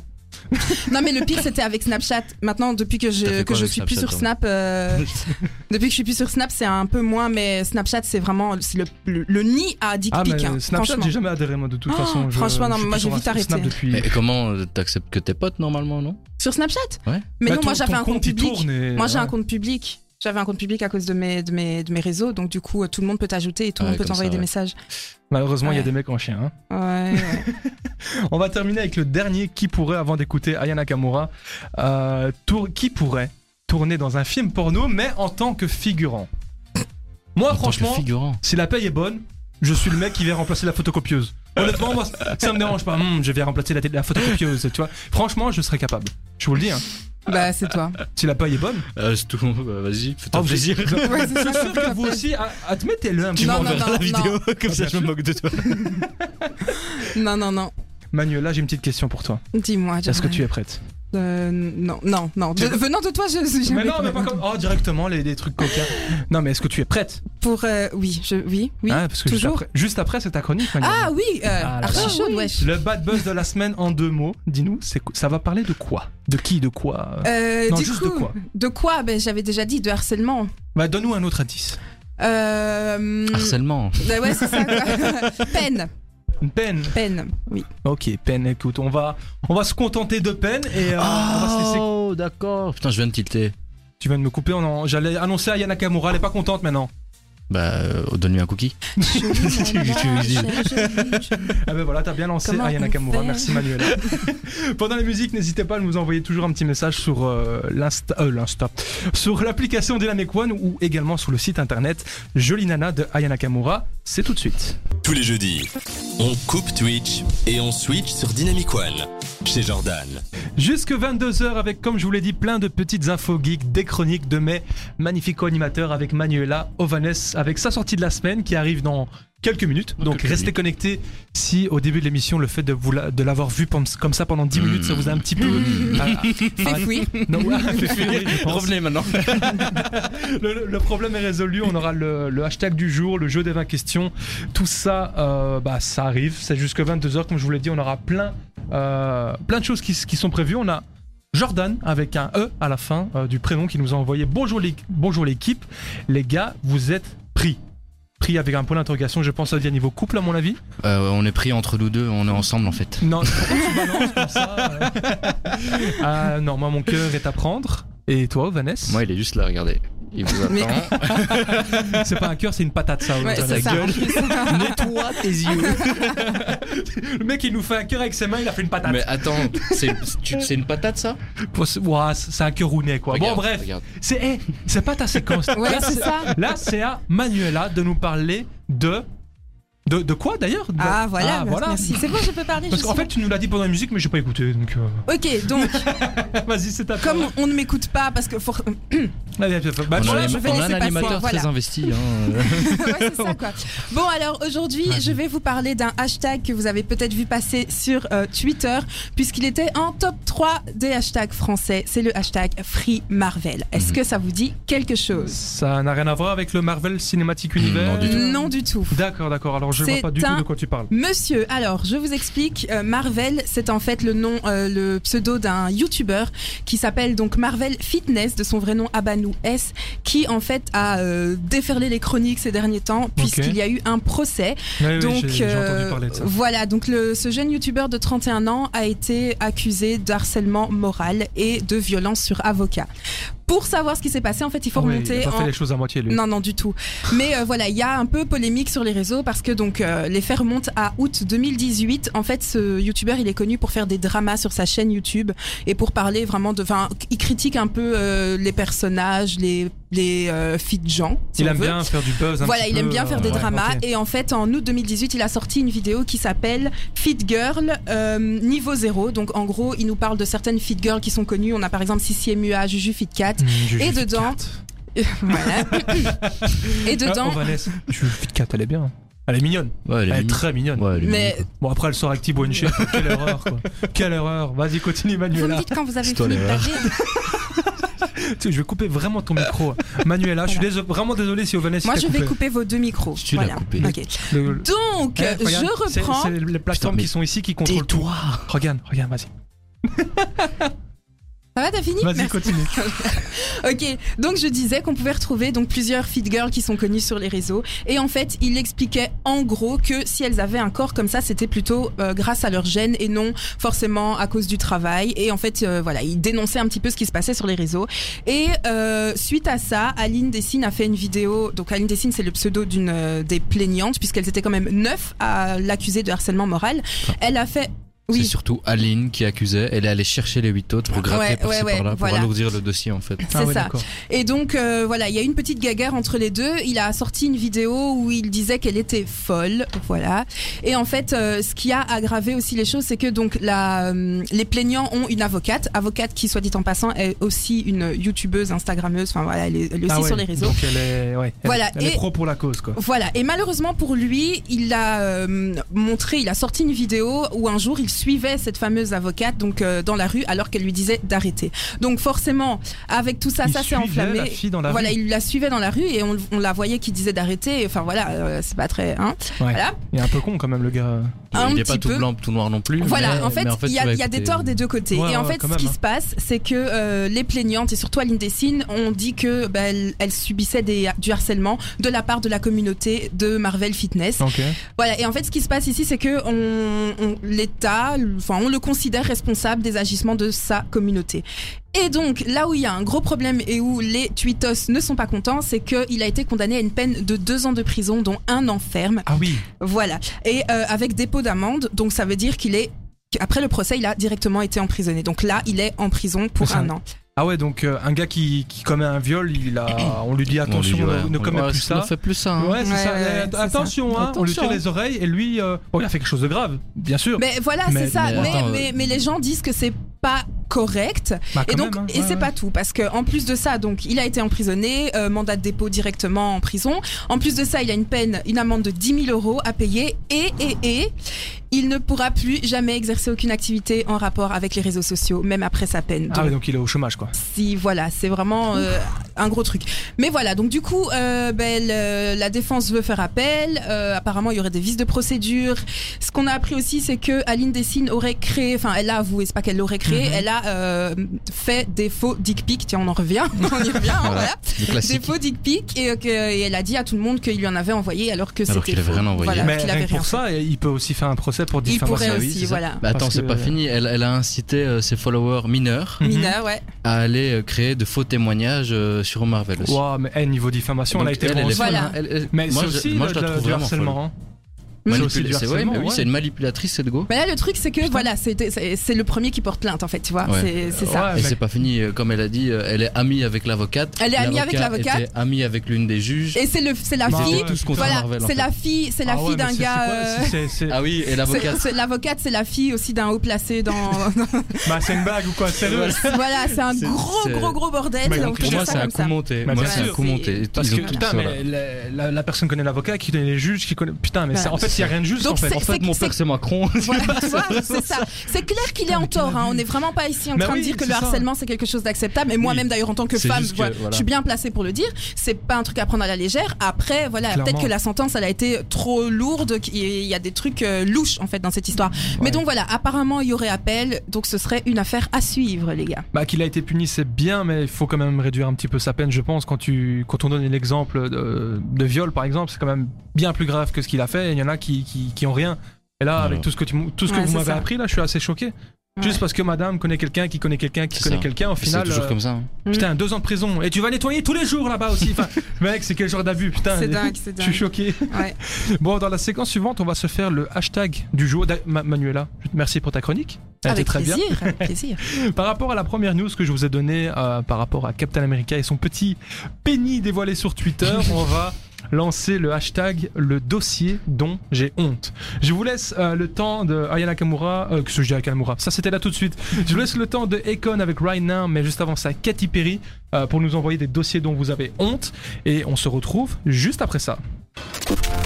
C: Non, mais le pire c'était avec Snapchat. Maintenant, depuis que
D: T'as
C: je,
D: fait
C: que
D: quoi
C: je
D: avec
C: suis plus
D: Snapchat,
C: sur Snap, euh,
D: [LAUGHS]
C: depuis que je suis plus sur Snap, c'est un peu moins, mais Snapchat c'est vraiment c'est le, le, le nid à dick
B: ah
C: pic.
B: mais
C: hein,
B: Snapchat,
C: franchement.
B: j'ai jamais adhéré moi de toute
C: Oh,
B: façon. je-
C: franchement, non,
B: je suis
C: moi,
B: plus
C: j'ai
B: sur
C: vite
B: un-
C: arrêté.
B: Snap depuis.
D: Mais comment euh, t'acceptes que tes potes normalement, non
C: Sur Snapchat
D: Ouais.
C: Mais
B: Bah,
C: non,
B: ton-
C: moi j'avais
B: ton
C: un compte
B: il
C: public.
B: tourne et- euh,
C: Moi j'ai un
B: ouais.
C: compte public. J'avais un compte public à cause de mes, de mes, de mes réseaux, donc du coup euh, tout le monde peut t'ajouter et tout le
D: Ouais,
C: monde peut
D: comme
C: t'envoyer
D: ça,
C: des
D: ouais.
C: messages.
B: Malheureusement, il y a
C: Ouais.
B: des mecs en chien. hein.
C: Ouais, ouais.
B: On va terminer avec le dernier qui pourrait, avant d'écouter Ayana Kamura, euh, tour- qui pourrait tourner dans un film porno, mais en tant que figurant. Moi,
D: En tant que
B: franchement,
D: figurant.
B: Si la paye est bonne, je suis le mec qui vient remplacer la photocopieuse. Honnêtement, moi, ça me dérange pas. Hmm, je vais remplacer la, télé- la photocopieuse, tu vois. Franchement, je serais capable. Je vous le dis, hein.
C: bah
B: [LAUGHS]
C: c'est toi.
B: si la paye est bonne.
D: Euh, c'est tout. Bah, Vas-y, fais-toi
B: Oh, vous-
D: plaisir. [LAUGHS]
C: Ouais, c'est
B: Je suis
C: ça.
B: sûr que vous aussi, a- admettez-le un petit
D: Tu
C: Non,
B: peu.
D: m'enverras
C: non,
D: la
C: non,
D: vidéo, [LAUGHS] comme ça je me moque de toi.
C: Non, non, non.
B: Manuel, là, j'ai une petite question pour toi.
C: Dis-moi,
B: Est-ce que
C: Jordan.
B: tu es prête
C: Euh, non, non, non. De- venant de toi, je suis
B: Mais
C: jamais.
B: non, mais pas
C: convaincue.
B: comme. Oh, directement, les, les trucs coquins. non, mais est-ce que tu es prête
C: Pour euh, oui, je, oui, oui.
B: Hein, Parce que juste
C: toujours.
B: après, juste après, c'est ta chronique, Manuel.
C: ah oui, euh,
B: Ah, la
C: archi
B: vache.
C: chaude, wesh.
B: Le bad buzz de la semaine en deux mots, dis-nous, c'est quoi- ça va parler de quoi De qui De quoi euh
C: Euh,
B: Non,
C: du
B: juste
C: coup,
B: de quoi
C: de quoi ben, J'avais déjà dit de harcèlement.
B: Bah, donne-nous un autre indice.
C: Euh, hum,
D: Harcèlement.
C: bah ouais, c'est ça. quoi. peine,
B: Une peine.
C: peine. Oui.
B: Ok, peine, écoute, on va, on va se contenter de peine et euh, on va se laisser.
D: Oh, d'accord. Putain, je viens de tilter.
B: Tu viens de me couper, on en- j'allais annoncer à Yana Kamura, elle est pas contente maintenant.
D: Bah, euh, donne-lui un cookie.
C: Jolie,
D: veux que je dise
C: la vache, jolie, jolie.
B: Ah ben voilà, t'as bien lancé
C: Comment
B: Ayana
C: on
B: Kamura,
C: fait
B: merci Manuela. [LAUGHS] Pendant la musique, n'hésitez pas à nous envoyer toujours un petit message sur euh, l'Insta, euh, l'Insta, sur l'application Dynamic One ou également sur le site internet Jolie Nana de Ayana Kamura. C'est tout de suite.
A: Tous les jeudis, on coupe Twitch et on switch sur Dynamic One chez Jordan.
B: Jusque 22h avec, comme je vous l'ai dit, plein de petites infos geeks, des chroniques de mes magnifiques animateurs avec Manuela Ovanes, avec sa sortie de la semaine qui arrive dans quelques minutes.
D: Dans
B: Donc
D: quelques
B: restez
D: minutes.
B: connectés si au début de l'émission, le fait de, vous la- de l'avoir vu comme comme ça pendant 10
D: Mmh.
B: minutes, ça vous a un petit
D: [LAUGHS]
B: peu... Ah,
C: Fais fouiller.
B: non, [LAUGHS] ouais, fait fuir, je pense.
D: [LAUGHS] Revenez maintenant.
B: Le, le problème est résolu, on aura le, le hashtag du jour, le jeu des 20 questions, tout ça, euh, bah, ça arrive, c'est jusque 22h, comme je vous l'ai dit, on aura plein, euh, plein de choses qui, s- qui sont prévues. On a Jordan avec un E à la fin euh, du prénom qui nous a envoyé Bonjour les- bonjour l'équipe, les gars, vous êtes pris. Pris avec un point d'interrogation, je pense à dire niveau couple à mon avis.
D: [LAUGHS] Euh, on est pris entre nous deux, on est ensemble en fait.
B: [LAUGHS] Non, pourquoi tu balances comme ça euh Ah, Non, moi mon cœur est à prendre. Et toi, Vanessa
D: Moi, il est juste là, regardez. Il [LAUGHS] vous
C: Mais-
D: attend.
B: C'est pas un cœur, c'est une patate ça.
C: Ouais,
B: Jordan.
C: c'est ça.
D: Nettoie tes yeux.
B: [LAUGHS] Le mec, il nous fait un cœur avec ses mains, il a fait une patate.
D: Mais attends, c'est tu- c'est une patate ça
B: Pour ce- Ouah, c'est c'est un cœur rounet, quoi.
D: Regarde,
B: bon, bref,
D: regarde.
B: c'est eh, c'est pas ta séquence.
C: [LAUGHS] Ouais,
B: Là,
C: c'est
B: c'est-
C: ça.
B: là, c'est à Manuela de nous parler de. De, de quoi d'ailleurs De-
C: Ah voilà,
B: Ah,
C: merci. C'est bon, je peux parler.
B: Parce
C: je
B: qu'en
C: suis
B: fait, tu nous l'as dit pendant la musique, mais j'ai pas écouté. Donc,
C: [LAUGHS]
B: euh,
C: là. Ok,
B: [LAUGHS]
C: donc
B: vas-y, c'est ta
C: comme on ne m'écoute pas parce que for-
B: Allez, viens, viens, viens. Bah,
D: On
B: voilà,
D: a,
C: je
D: un-
C: vais
D: on a
C: laisser
D: un
C: passer,
D: animateur
C: voilà.
D: très investi. Hein. [LAUGHS]
C: [LAUGHS] ouais, c'est ça quoi. Bon alors aujourd'hui,
B: Vas-y.
C: je vais vous parler d'un hashtag que vous avez peut-être vu passer sur euh, Twitter puisqu'il était en top 3 des hashtags français. C'est le hashtag Free Marvel. Est-ce que ça vous dit quelque chose
B: Ça n'a rien à voir avec le Marvel Cinematic Universe.
D: Hmm, non, du
C: Non du tout.
B: D'accord, d'accord. Alors, je vois
C: C'est
B: pas du tout
C: un-
B: de quoi tu parles.
C: Monsieur, alors je vous explique, euh, Marvel, c'est en fait le nom, euh, le pseudo d'un YouTuber qui s'appelle donc Marvel Fitness, de son vrai nom Abanou S, qui en fait a euh, déferlé les chroniques ces derniers temps, puisqu'il y a eu un procès.
B: Ouais, oui,
C: donc
B: j'ai- j'ai entendu
C: euh,
B: parler de ça.
C: voilà, donc le, ce jeune YouTuber de 31 ans a été accusé d'harcèlement moral et de violence sur avocat. Pour savoir ce qui s'est passé, en fait, il faut
B: Ah ouais,
C: remonter
B: il a pas
C: en
B: fait les choses à moitié, lui.
C: non, non, du tout. Mais euh, voilà, il y a un peu polémique sur les réseaux parce que donc euh, les faits remontent à août 2018. En fait, ce youtubeur, il est connu pour faire des dramas sur sa chaîne YouTube et pour parler vraiment de. Enfin, il critique un peu euh, les personnages, les, les euh, fit gens. si
B: il
C: on
B: aime
C: veut.
B: bien faire du buzz. un
C: Voilà,
B: petit
C: il aime
B: peu,
C: bien faire des
B: euh, ouais,
C: dramas.
B: ok.
C: Et en fait, en août 2018, il a sorti une vidéo qui s'appelle Fit Girl euh, Niveau Zéro. Donc, en gros, il nous parle de certaines fit girls qui sont connues. On a par exemple Sissi MUA, Juju Fit Cat.
B: Mmh, j'ai-
C: Et
B: j'ai fait
C: dedans,
B: quatre.
C: [LAUGHS]
B: [LAUGHS]
C: Voilà. et
B: Ah,
C: dedans.
B: oh,
C: [LAUGHS]
B: Vanessa, je suis fit cat, elle est bien. Elle est mignonne.
D: Ouais,
B: Elle, est
D: mignonne.
B: très mignonne.
D: Ouais, elle est
C: Mais
D: mignonne,
B: Bon, après, elle sort avec Thibaut [LAUGHS] Inchep. Quelle erreur, quoi. Quelle erreur. Vas-y, continue,
C: Vous me
B: Manuela.
C: dites quand vous avez
D: C'est toi
C: fini de
D: l'erreur.
C: parler.
B: [LAUGHS] Tu sais, Je vais couper vraiment ton micro. Manuela, je suis déso- vraiment désolé si Ovanès
C: Moi,
B: t'a
C: je
B: coupé.
C: vais couper vos deux micros.
D: Tu l'as
C: Voilà.
D: coupé.
C: Ok.
B: Le- le-
C: Donc,
B: Eh, regarde,
C: je
B: c'est-
C: reprends.
B: C'est les plateformes
D: Putain, mais
B: qui sont ici qui
D: quoi.
B: contrôlent tout.
D: Tais-toi.
B: Regarde, regarde, vas-y.
C: Ça va, t'as fini
B: Vas-y,
C: Merci.
B: continue.
C: Ok. Donc, je disais qu'on pouvait retrouver donc plusieurs fit girls qui sont connues sur les réseaux. Et en fait, il expliquait en gros que si elles avaient un corps comme ça, c'était plutôt euh, grâce à leur gène et non forcément à cause du travail. Et en fait, euh, voilà, il dénonçait un petit peu ce qui se passait sur les réseaux. Et euh, suite à ça, Aline Dessine a fait une vidéo. Donc, Aline Dessine, c'est le pseudo d'une euh, des plaignantes, puisqu'elles étaient quand même neuf à l'accuser de harcèlement moral. Elle a fait.
D: C'est
C: Oui,
D: surtout Aline qui accusait. Elle est allée chercher les huit autres pour gratter
C: Ouais,
D: par-ci
C: ouais, ouais,
D: par-là, pour
C: voilà.
D: alourdir le dossier en fait.
B: Ah
C: c'est ça. Et donc euh, voilà, il y a une petite guéguerre entre les deux. Il a sorti une vidéo où il disait qu'elle était folle, voilà. Et en fait, euh, ce qui a aggravé aussi les choses, c'est que donc la, euh, les plaignants ont une avocate, avocate qui soit dit en passant est aussi une youtubeuse, instagrammeuse, enfin voilà, elle est, elle est aussi sur les réseaux.
B: Ah Donc, elle est, ouais, elle-
C: Voilà,
B: elle est
C: et-
B: pro pour la cause, quoi.
C: Voilà, et malheureusement pour lui, il a euh, montré, il a sorti une vidéo où un jour il suivait cette fameuse avocate donc euh, dans la rue alors qu'elle lui disait d'arrêter. Donc forcément, avec tout ça,
B: Il
C: ça s'est
B: suivait
C: enflammé.
B: la fille dans la
C: voilà,
B: rue.
C: il la suivait dans la rue et on, on la voyait qui disait d'arrêter. Enfin voilà, euh, c'est pas très. Hein.
B: Ouais.
C: Voilà.
B: Il est un peu con quand même le gars.
C: Un
D: il est
C: petit
D: pas tout
C: peu.
D: blanc, tout noir non plus.
C: Voilà,
D: mais-
C: en fait,
D: mais
C: il y, a-
D: tu vas
C: il y a des
D: écouter-
C: torts des deux côtés.
B: Ouais,
C: et en
B: ouais,
C: fait,
B: quand
C: ce
B: même,
C: qui
B: hein.
C: se passe, c'est que euh, les plaignantes et surtout Aline Dessine ont dit que bah, elles, elles subissaient des- du harcèlement de la part de la communauté de Marvel Fitness.
B: Ok.
C: Voilà, et en fait, ce qui se passe ici, c'est que on, on- l'État, enfin, on le considère responsable des agissements de sa communauté. Et donc, là où il y a un gros problème et où les tweetos ne sont pas contents, c'est qu'il a été condamné à une peine de deux ans de prison, dont un an ferme.
B: Ah oui.
C: Voilà. Et euh, avec dépôt d'amende, donc ça veut dire qu'il est. Après le procès, il a directement été emprisonné. Donc là, il est en prison pour
B: C'est
C: un
B: ça.
C: an.
B: Ah ouais, donc euh, un gars qui, qui commet un viol, il
D: [COUGHS]
B: a, on lui dit
D: On lui
B: attention,
D: dit, ouais,
B: ne- ne
D: on-
B: commets
D: ouais,
B: plus
D: Ne
B: ça.
D: fais plus ça. hein.
B: Ouais, c'est
C: Ouais,
B: ça.
C: ouais, ouais,
B: Eh,
C: c'est
B: attention, hein, on lui tire
D: Attention.
B: les oreilles et lui, euh, bon, il a fait quelque chose de grave, bien sûr.
C: Mais voilà,
B: Mais-
C: c'est ça.
D: mais
C: Mais,
D: attends,
C: mais-
D: euh,
C: mais les gens disent que c'est pas correct.
B: Bah,
C: Et
B: quand
C: donc,
B: même, hein,
C: et
B: ouais,
C: c'est
B: ouais.
C: pas tout, parce que en plus de ça, donc il a été emprisonné, euh, mandat de dépôt directement en prison. En plus de ça, il a une peine, une amende de 10 000 euros à payer. Et et et, il ne pourra plus jamais exercer aucune activité en rapport avec les réseaux sociaux, même après sa peine.
B: Ah
C: Donc,
B: ouais, donc il est au chômage quoi.
C: si voilà, c'est vraiment euh, un gros truc. Mais voilà, donc du coup, euh, ben, le- la défense veut faire appel. Euh, apparemment, il y aurait des vices de procédure. Ce qu'on a appris aussi, c'est que Aline Dessine aurait créé, enfin, elle a avoué, c'est pas qu'elle l'aurait créé,
D: Mhm.
C: elle a euh, fait des faux dick pics. Tiens, on en revient, [LAUGHS] on y revient. hein,
D: Voilà.
C: voilà.
D: Le
C: Des
D: classique.
C: faux dick pics et, euh, que- et elle a dit à tout le monde qu'il lui en avait envoyé alors que
D: Alors
C: c'était
D: qu'il avait
C: faux.
D: rien envoyé.
C: Voilà,
B: Mais
C: qu'il
B: rien
C: avait
B: que pour
C: rien
B: ça, il peut aussi faire un procès pour
C: fait. Il
B: diffamation.
C: pourrait
D: Ah oui,
C: aussi,
D: c'est ça.
C: voilà.
D: Bah attends,
B: Parce
D: c'est
B: que-
D: pas fini. Elle, elle a incité euh, ses followers mineurs
B: Mhm.
C: Mineur, ouais.
D: à aller euh, créer de faux témoignages euh, sur Marvel aussi.
B: Ouah, mais eh, niveau diffamation, on
D: Donc,
B: a été
D: elle,
B: bon
D: elle est
B: aussi.
C: Voilà.
D: folle, hein. Elle- elle-
B: Mais
D: moi,
B: c'est
D: je-
B: aussi
D: moi,
B: le-
D: je la
B: le-
D: trouve
B: du
D: vraiment folle.
B: harcèlement. hein.
C: C'est
D: Manipula-
B: aussi du
D: c'est- ouais,
B: harcèlement,
D: mais oui,
B: ouais.
D: c'est une manipulatrice cette go.
C: Mais là, le truc, c'est que voilà, c'était- c'est c'est le premier qui porte plainte, en fait, tu vois.
D: Ouais.
C: C'est- C'est ça.
B: Ouais,
D: Et
B: mais-
D: c'est pas fini, euh, comme elle a dit, euh, elle est amie avec l'avocate.
C: Ah, bah, Elle est amie avec l'avocate.
D: était amie avec l'une des juges.
C: Et c'est le, c'est la
D: Ils
B: Ah
D: étaient
C: fille.
B: ouais,
D: tous contre
C: Voilà,
D: Marvel. en
C: c'est
D: fait.
C: la fille, c'est la
B: Ah ouais,
C: fille
B: mais
C: d'un
B: c'est-
C: gars.
B: c'est
C: euh,
B: quoi, c'est- c'est-
D: Ah oui, et l'avocate.
C: c'est- c'est- L'avocate, c'est la fille aussi d'un haut placé
D: [LAUGHS]
C: dans.
B: Bah, c'est une blague ou quoi Sérieux
D: Voilà.
C: voilà, c'est un
D: C'est-
C: gros,
D: c'est-
C: gros, gros bordel.
B: Mais
C: on
B: donc,
C: peut
D: Pour
C: dire
D: moi,
C: ça
D: c'est un
C: comme
D: coup
C: ça. [LAUGHS]
D: monté.
B: Bah,
D: Moi,
B: bien
D: c'est un
C: sûr.
D: coup monté.
B: Parce
D: Ils
B: que
D: ont tous-
B: putain,
D: voilà.
B: mais la, la- la personne connaît l'avocat, qui connaît les juges, qui connaît. Putain, mais
C: Bah,
B: c'est- en fait, il y a rien de juste
C: Donc,
B: en fait.
C: c'est-
D: En fait, mon père, c'est Macron.
C: [LAUGHS] Voilà, tu vois, c'est ça. C'est clair qu'il est en tort. hein. On n'est vraiment pas ici en
B: Bah
C: train
B: oui,
C: de dire que
B: c'est
C: le
B: ça.
C: harcèlement c'est quelque chose d'acceptable. Et moi-même d'ailleurs en tant que
D: C'est
C: femme,
D: juste que,
C: voilà,
D: voilà.
C: je suis bien placée pour le dire. C'est pas un truc à prendre à la légère. Après, voilà,
B: Clairement.
C: peut-être que la sentence elle a été trop lourde. qu'il y- Il y a des trucs euh, louches en fait dans cette histoire. Mais donc voilà, apparemment il y aurait appel. Donc ce serait une affaire à suivre, les gars.
B: Bah, qu'il a été puni, c'est bien, mais il faut quand même réduire un petit peu sa peine, je pense. Quand, tu, quand on donne l'exemple de, de viol, par exemple, c'est quand même bien plus grave que ce qu'il a fait. Il y en a qui, qui, qui ont rien. Et là,
D: Ouais.
B: avec tout ce que, tu, m- tout ce que
C: Ouais,
B: vous
C: c'est
B: m'avez
C: ça.
B: appris, là, je suis assez choqué. Juste parce que madame connaît quelqu'un qui connaît quelqu'un qui
D: C'est
B: connaît
D: ça.
B: quelqu'un, au
D: C'est
B: final.
D: toujours
B: euh,
D: comme ça. hein.
B: Putain, deux ans de prison. Et tu vas nettoyer tous les jours là-bas aussi.
D: [LAUGHS]
B: Enfin, mec, c'est quel genre d'abus, putain.
C: C'est [LAUGHS] dingue, c'est
B: Je suis
C: dingue.
B: choqué.
C: Ouais.
B: [LAUGHS] Bon, dans la séquence suivante, on va se faire le hashtag du jour. D'a- Ma- Manuela, je te- merci pour ta chronique. Elle
C: Avec
B: était très
C: plaisir, avec plaisir.
B: bien. Par rapport à la première news que je vous ai donnée euh, par rapport à Captain America et son petit penny dévoilé sur Twitter, on va lancer le hashtag le dossier dont j'ai honte. Je vous laisse euh, le temps de Ayana Kamura, euh, que ce que je dis Kamura, ça c'était là tout de suite. Je vous laisse le temps de Econ avec Right Now, mais juste avant ça, Katy Perry euh, pour nous envoyer des dossiers dont vous avez honte et on se retrouve juste après ça.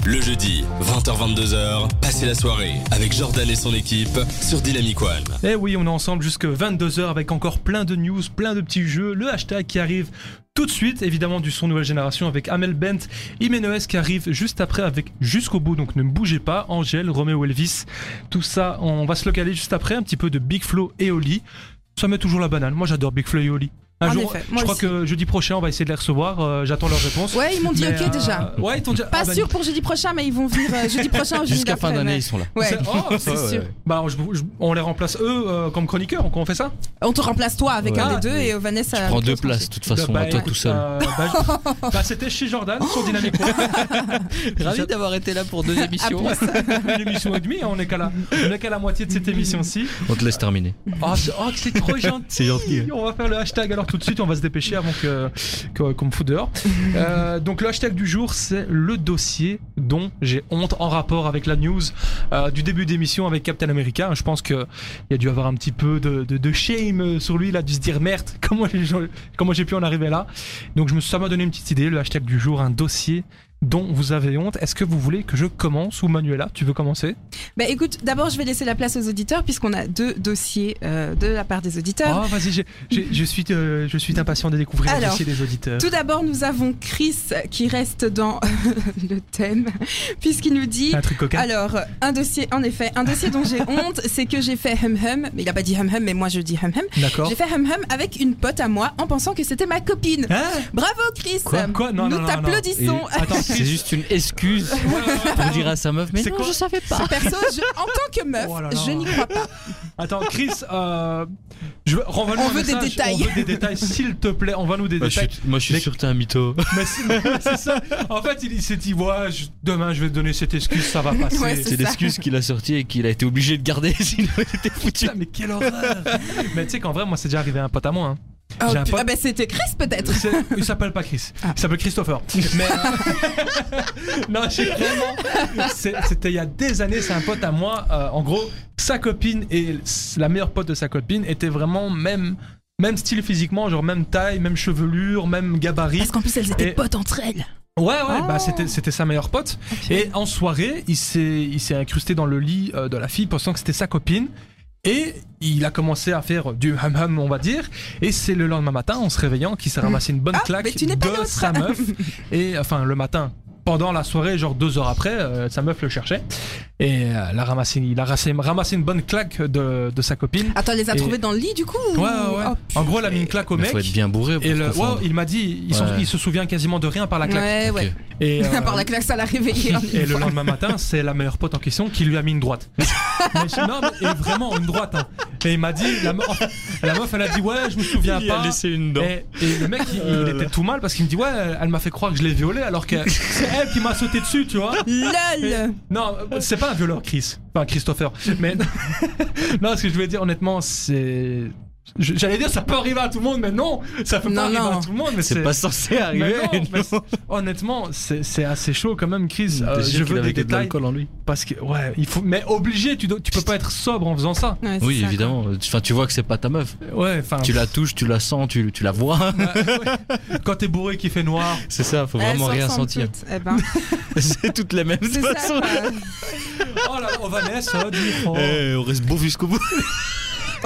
A: Le jeudi, 20h-22h, passez la soirée avec Jordan et son équipe sur Dynamic One.
B: Eh oui, on est ensemble jusque 22h avec encore plein de news, plein de petits jeux, le hashtag qui arrive tout de suite, évidemment du son nouvelle génération avec Amel Bent, Imenes qui arrive juste après avec Jusqu'au bout, donc ne bougez pas, Angèle, Roméo Elvis, tout ça, on va se localiser juste après, un petit peu de Big Flow et Oli. Ça met toujours la banane, moi j'adore Big Flow et Oli. Un
C: En
B: jour,
C: effet,
B: je
C: moi
B: crois
C: aussi.
B: que jeudi prochain on va essayer de les recevoir, euh, j'attends leur réponse.
C: [LAUGHS] Ouais, ils m'ont dit
B: Mais,
C: ok
B: euh,
C: déjà.
B: Ouais, ils t'ont dit. ah
C: Pas
B: bah,
C: sûr pour jeudi prochain, mais ils vont venir euh, jeudi prochain. ou jeudi
D: Jusqu'à fin
C: d'après,
D: d'année,
C: ouais.
D: ils sont là.
C: Ouais.
B: Oh,
C: c'est sûr.
B: bah, je- je- on les remplace eux euh, comme chroniqueurs, on, on fait ça
C: On te remplace toi avec
D: Ouais.
C: un
B: Ah,
C: des deux
D: oui.
C: et euh, Vanessa.
D: Prends
C: avec
D: deux
C: l'autre, en
D: places,
C: fait.
D: de toute façon,
B: Bah,
D: à toi
B: écoute,
D: tout seul.
B: euh, bah, je- bah, c'était chez Jordan sur Dynamic Ravi
D: d'avoir été là pour [LAUGHS] deux émissions.
B: One. Une émission et demie, hein, on n'est qu'à la, on est qu'à la moitié de cette émission-ci.
D: On te laisse terminer.
B: Oh, c'est oh, c'est [LAUGHS] trop gentil.
D: C'est gentil.
B: On va faire le hashtag alors tout de suite, on va se dépêcher avant que- que- qu'on me foute dehors. Euh, donc le hashtag du jour, c'est le dossier dont j'ai honte en rapport avec la news euh, du début d'émission avec Captain America. Je pense qu'il y a dû avoir un petit peu de, de- de shame sur lui, il a dû se dire merde, [LAUGHS] comment, les gens- comment j'ai pu en arriver là. Donc je me, ça m'a donné une petite idée, le hashtag du jour, un dossier dont vous avez honte. Est-ce que vous voulez que je commence ou Manuela, tu veux commencer
C: Bah écoute, d'abord je vais laisser la place aux auditeurs puisqu'on a deux dossiers euh, de la part des auditeurs.
B: Ah, vas-y, j'ai- j'ai- je suis, euh, je suis impatient de découvrir le
C: Alors,
B: dossier des auditeurs.
C: Tout d'abord, nous avons Chris qui reste dans [LAUGHS] le thème puisqu'il nous dit
B: Un truc coquin.
C: Alors, un dossier, en effet, un dossier dont j'ai honte, c'est que j'ai fait hum hum, mais il a pas dit hum hum, mais moi je dis hum hum.
B: D'accord.
C: J'ai fait hum hum avec une pote à moi en pensant que c'était ma copine.
B: Hein
C: Bravo Chris
B: Quoi Quoi Non,
C: Nous
B: non, non, non.
C: t'applaudissons
B: Et- Attends,
D: C'est juste une
C: [LAUGHS]
D: excuse pour dire à sa meuf, mais
B: C'est
D: non,
B: quoi
D: je savais pas.
C: Perso, je- en tant que meuf,
B: Oh là là.
C: je n'y crois pas.
B: Attends, Chris, euh, je veux, renvoie-nous
C: On
B: un
C: veut des
B: message,
C: détails.
B: On veut des détails, s'il te plaît. Envoie-nous des
D: Moi, je
B: détails.
D: suis- Moi, je suis sûr que t'es un mytho.
B: Mais c'est c'est ça. En fait, il, il s'est dit, ouais, je- demain, je vais te donner cette excuse, ça va passer.
C: Ouais, c'est-
D: C'est l'excuse qu'il a sortie et qu'il a été obligé de garder, [LAUGHS] sinon il était foutu.
B: Putain, mais quelle horreur Mais tu sais qu'en vrai, moi, c'est déjà arrivé à un pote à moi. hein.
C: Oh,
B: J'ai un
C: pu-
B: pote-
C: ah bah c'était Chris peut-être.
B: C'est- Il s'appelle pas Chris,
C: Ah.
B: il s'appelle Christopher. Mais euh, [LAUGHS] non, j'ai vraiment. c'est- C'était il y a des années, c'est un pote à moi. euh, en gros, sa copine et s- la meilleure pote de sa copine étaient vraiment même même style physiquement, genre même taille, même chevelure, même gabarit.
C: Parce qu'en plus elles étaient
B: Et-
C: potes entre elles.
B: Ouais, ouais, bah
C: Ah.
B: c'était c'était sa meilleure pote. Et en soirée, il s'est il s'est incrusté dans le lit euh, de la fille pensant que c'était sa copine. Et il a commencé à faire du ham ham, on va dire. Et c'est le lendemain matin, en se réveillant, qu'il s'est ramassé une bonne
C: Ah,
B: claque
C: mais tu n'es pas
B: de
C: neutre.
B: sa
C: [LAUGHS]
B: meuf. Et enfin, le matin, pendant la soirée, genre deux heures après, euh, sa meuf le cherchait. Et euh, elle a ramassé, il a ramassé, ramassé une bonne claque de, de sa copine.
C: Attends, elle les a
B: Et-
C: trouvées dans le lit du coup
B: Ouais, ouais,
C: ou-
B: ouais.
C: Oh,
B: en gros, elle a mis une claque au
D: Il
B: mec.
D: faut être bien bourré. Pour
B: Et
D: se
B: le,
D: confondre.
B: ouais, il m'a dit, il, s'en-
D: Ouais.
B: il se souvient quasiment de rien par la claque.
C: Ouais, ouais.
B: Et, euh,
C: [LAUGHS] À part la claque, ça
B: [LAUGHS]
C: l'a réveillée. hein.
B: et le lendemain matin, c'est la meilleure pote en question qui lui a mis une
C: [LAUGHS]
B: droite. Mais je- non, mais- et vraiment une droite. hein. Et il m'a dit, la, me- la meuf, elle a dit ouais, je me souviens
D: Il a
B: pas. Eh,
D: laissé Euh. une dent.
B: Et, et le mec, il, il était tout mal parce qu'il me dit ouais, elle m'a fait croire que je l'ai violée alors que c'est elle qui m'a sauté dessus, tu vois.
C: LOL
B: Non, c'est pas un violeur, Chris. Enfin, Christopher. Mais [LAUGHS] non, ce que je voulais dire, honnêtement, c'est. je- J'allais dire, ça peut arriver à tout le monde, mais non, ça peut
C: Non,
B: pas arriver
C: non.
B: à tout le monde. Mais
D: C'est pas censé arriver.
B: Mais non, mais
D: non. [LAUGHS]
B: c'est- euh, honnêtement, c'est c'est assez chaud quand même, Chris. Euh,
D: T'es sûr
B: je
D: qu'il
B: veux
D: avait
B: des
D: que de
B: détails
D: l'alcool en lui.
B: parce que ouais, il faut. Mais obligé, tu, dois- tu peux pas être sobre en faisant ça.
C: Ouais, c'est
D: Oui,
C: ça, quoi.
D: évidemment. Enfin, tu vois que c'est pas ta meuf.
B: Ouais, enfin.
D: Tu la touches, tu la sens, tu, tu la vois.
B: Quand t'es bourré, qui fait noir.
D: [LAUGHS] C'est ça, faut
C: Elles
D: vraiment
C: se
D: rien
C: ressemblent
D: sentir.
C: toutes.
B: [LAUGHS]
C: Eh ben,
D: [LAUGHS] C'est toutes les mêmes de
C: c'est
D: toute
C: ça.
D: façon.
C: quoi.
B: Oh là, on va naître, ça, dis, oh.
D: Eh, on reste beau jusqu'au bout.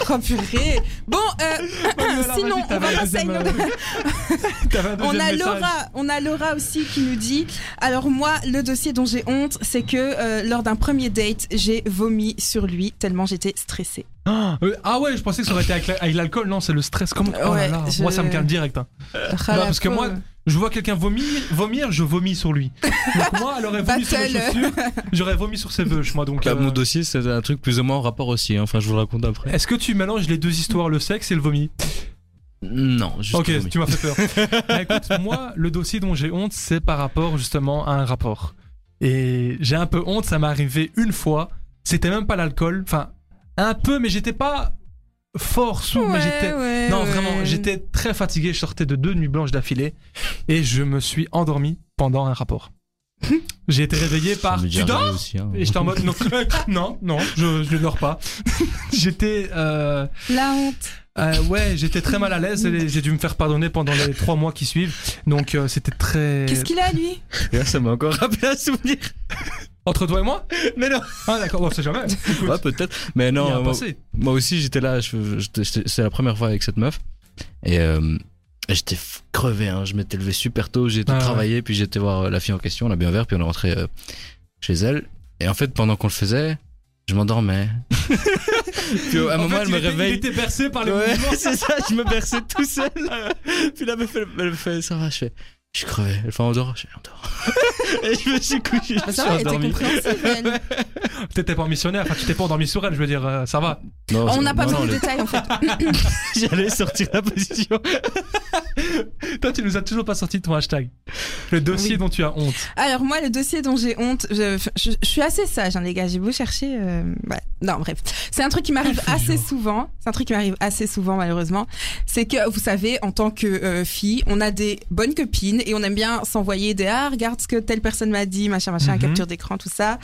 C: Oh purée. Bon, euh,
B: Voilà, vas-y,
C: sinon, on va
B: t'avais un
C: passer à une
B: deuxième, euh, t'avais un
C: on
B: deuxième
C: a
B: message. [LAUGHS]
C: Laura, on a Laura aussi qui nous dit. Alors moi, le dossier dont j'ai honte, c'est que euh, lors d'un premier date, j'ai vomi sur lui tellement j'étais stressée.
B: Ah, euh, ah ouais, je pensais que ça aurait été avec la- avec l'alcool. Non, c'est le stress. Comment oh là
C: Ouais,
B: là,
C: je-
B: Moi, ça me calme direct. hein.
C: Ah,
B: Non, parce que moi, je vois quelqu'un vomir, vomir, je vomis sur lui. Donc moi, elle
C: [LAUGHS]
B: aurait vomi sur mes
C: Battle.
B: chaussures, j'aurais vomi sur ses vœux, moi. Donc,
D: Bah,
B: euh,
D: Mon dossier, c'est un truc plus ou moins en rapport aussi. hein. Enfin, je vous le raconte après.
B: est-ce que tu mélanges les deux histoires, le sexe et le vomi
D: Non, juste.
B: Eh. Ok,
D: vomi.
B: tu m'as fait peur.
D: [LAUGHS]
B: Bah, écoute, moi, le dossier dont j'ai honte, c'est par rapport justement à un rapport. Et j'ai un peu honte, ça m'est arrivé une fois. C'était même pas l'alcool, enfin un peu, mais j'étais pas fort sous, mais j'étais. Non, vraiment, j'étais très fatigué. Je sortais de deux nuits blanches d'affilée et je me suis endormi pendant un rapport. J'ai été réveillé
D: Ça
B: par.
D: m'est
B: Tu
D: déjà
B: dors
D: arrivé aussi, hein.
B: Et j'étais
D: [LAUGHS]
B: en mode non, [LAUGHS] non, non, je, je ne dors pas. [LAUGHS] j'étais. euh,
C: La honte.
B: euh, ouais, j'étais très mal à l'aise et j'ai dû me faire pardonner pendant les trois mois qui suivent. Donc euh, c'était très. [LAUGHS]
C: Qu'est-ce qu'il a lui
D: Et là, ça m'a encore rappelé un souvenir.
B: Entre toi et moi
D: Mais non.
B: Ah d'accord, on sait jamais. Écoute,
D: Ouais, peut-être. Mais
B: il y a
D: non,
B: un
D: moi,
B: passé.
D: moi aussi, j'étais là. je- j'étais- j'étais- C'est la première fois avec cette meuf. Et euh, j'étais f- crevé. hein. Je m'étais levé super tôt. J'ai été
B: Ah ouais.
D: travailler. Puis j'étais voir euh, la fille en question. On a bien verre. Puis on est rentré euh, chez elle. Et en fait, pendant qu'on le faisait,
B: [LAUGHS]
D: je m'endormais. puis à un
B: En
D: moment,
B: fait,
D: elle
B: il
D: me
B: était-
D: réveille.
B: Il était bercé par les
D: Ouais,
B: mouvements.
D: [LAUGHS]
B: Ah
D: c'est ça, je me berçais tout seul. Puis la meuf, elle, elle me fait, ça va, je fais, je suis crevé. Elle fait, on dort, je fais,
B: [LAUGHS]
D: on dort. Et je me suis couché,
B: Ah,
D: je me
C: Ça
D: suis
C: va, elle était
D: endormi. Oh,
C: compréhensive. elle.
B: T'étais pas missionnaire, enfin tu t'es pas endormi sur elle, je veux dire, euh, ça va.
D: Non,
C: On
D: c'est-
C: n'a pas
D: non,
C: besoin de
D: non,
C: détails en fait.
D: le- J'allais sortir la position.
B: Toi, tu nous as toujours pas sorti de ton hashtag. Le dossier
C: Oui.
B: dont tu as honte.
C: Alors moi, le dossier dont j'ai honte, je, je- je suis assez sage, hein, les gars. J'ai beau chercher, euh, ouais. non, bref, c'est un truc qui m'arrive
B: fait
C: assez
B: genre.
C: souvent. C'est un truc qui m'arrive assez souvent, malheureusement. C'est que vous savez, en tant que euh, fille, on a des bonnes copines et on aime bien s'envoyer des ah, regarde ce que telle personne m'a dit, machin, machin,
B: Mhm.
C: capture d'écran, tout ça.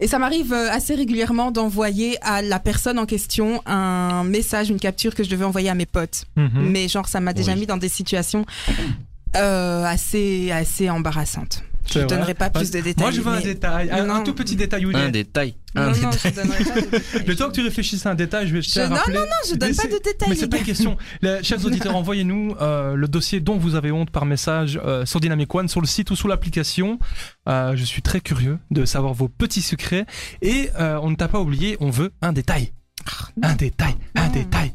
C: Et ça m'arrive euh, assez régulièrement d'envoyer à la personne en question un message, une capture que je devais envoyer à mes potes
B: Mhm.
C: mais genre ça m'a déjà
D: Oui.
C: mis dans des situations euh, assez assez embarrassantes. Je
B: C'est
C: ne
B: vrai.
C: donnerai pas plus de détails.
B: Moi, je veux un
C: mais-
B: détail, un,
C: Non.
B: un tout petit détail, William.
D: Un détail.
C: Non,
D: Un
C: non,
D: détail.
C: je donnerai pas de détails.
B: [LAUGHS] Le temps que tu réfléchisses à un détail, je vais te
C: Je-
B: faire
C: non,
B: rappeler.
C: Non, je donne
B: Mais
C: pas
B: c'est-
C: de détails.
B: Mais
C: les
B: c'est pas
C: gars.
B: une
C: [LAUGHS]
B: question. Les chers auditeurs, envoyez-nous euh, le dossier dont vous avez honte par message euh, sur Dynamic One, sur le site ou sous l'application. Euh, je suis très curieux de savoir vos petits secrets. Et euh, on ne t'a pas oublié, on veut un détail. Un détail, un
C: Ah, Non. Ah,
B: détail.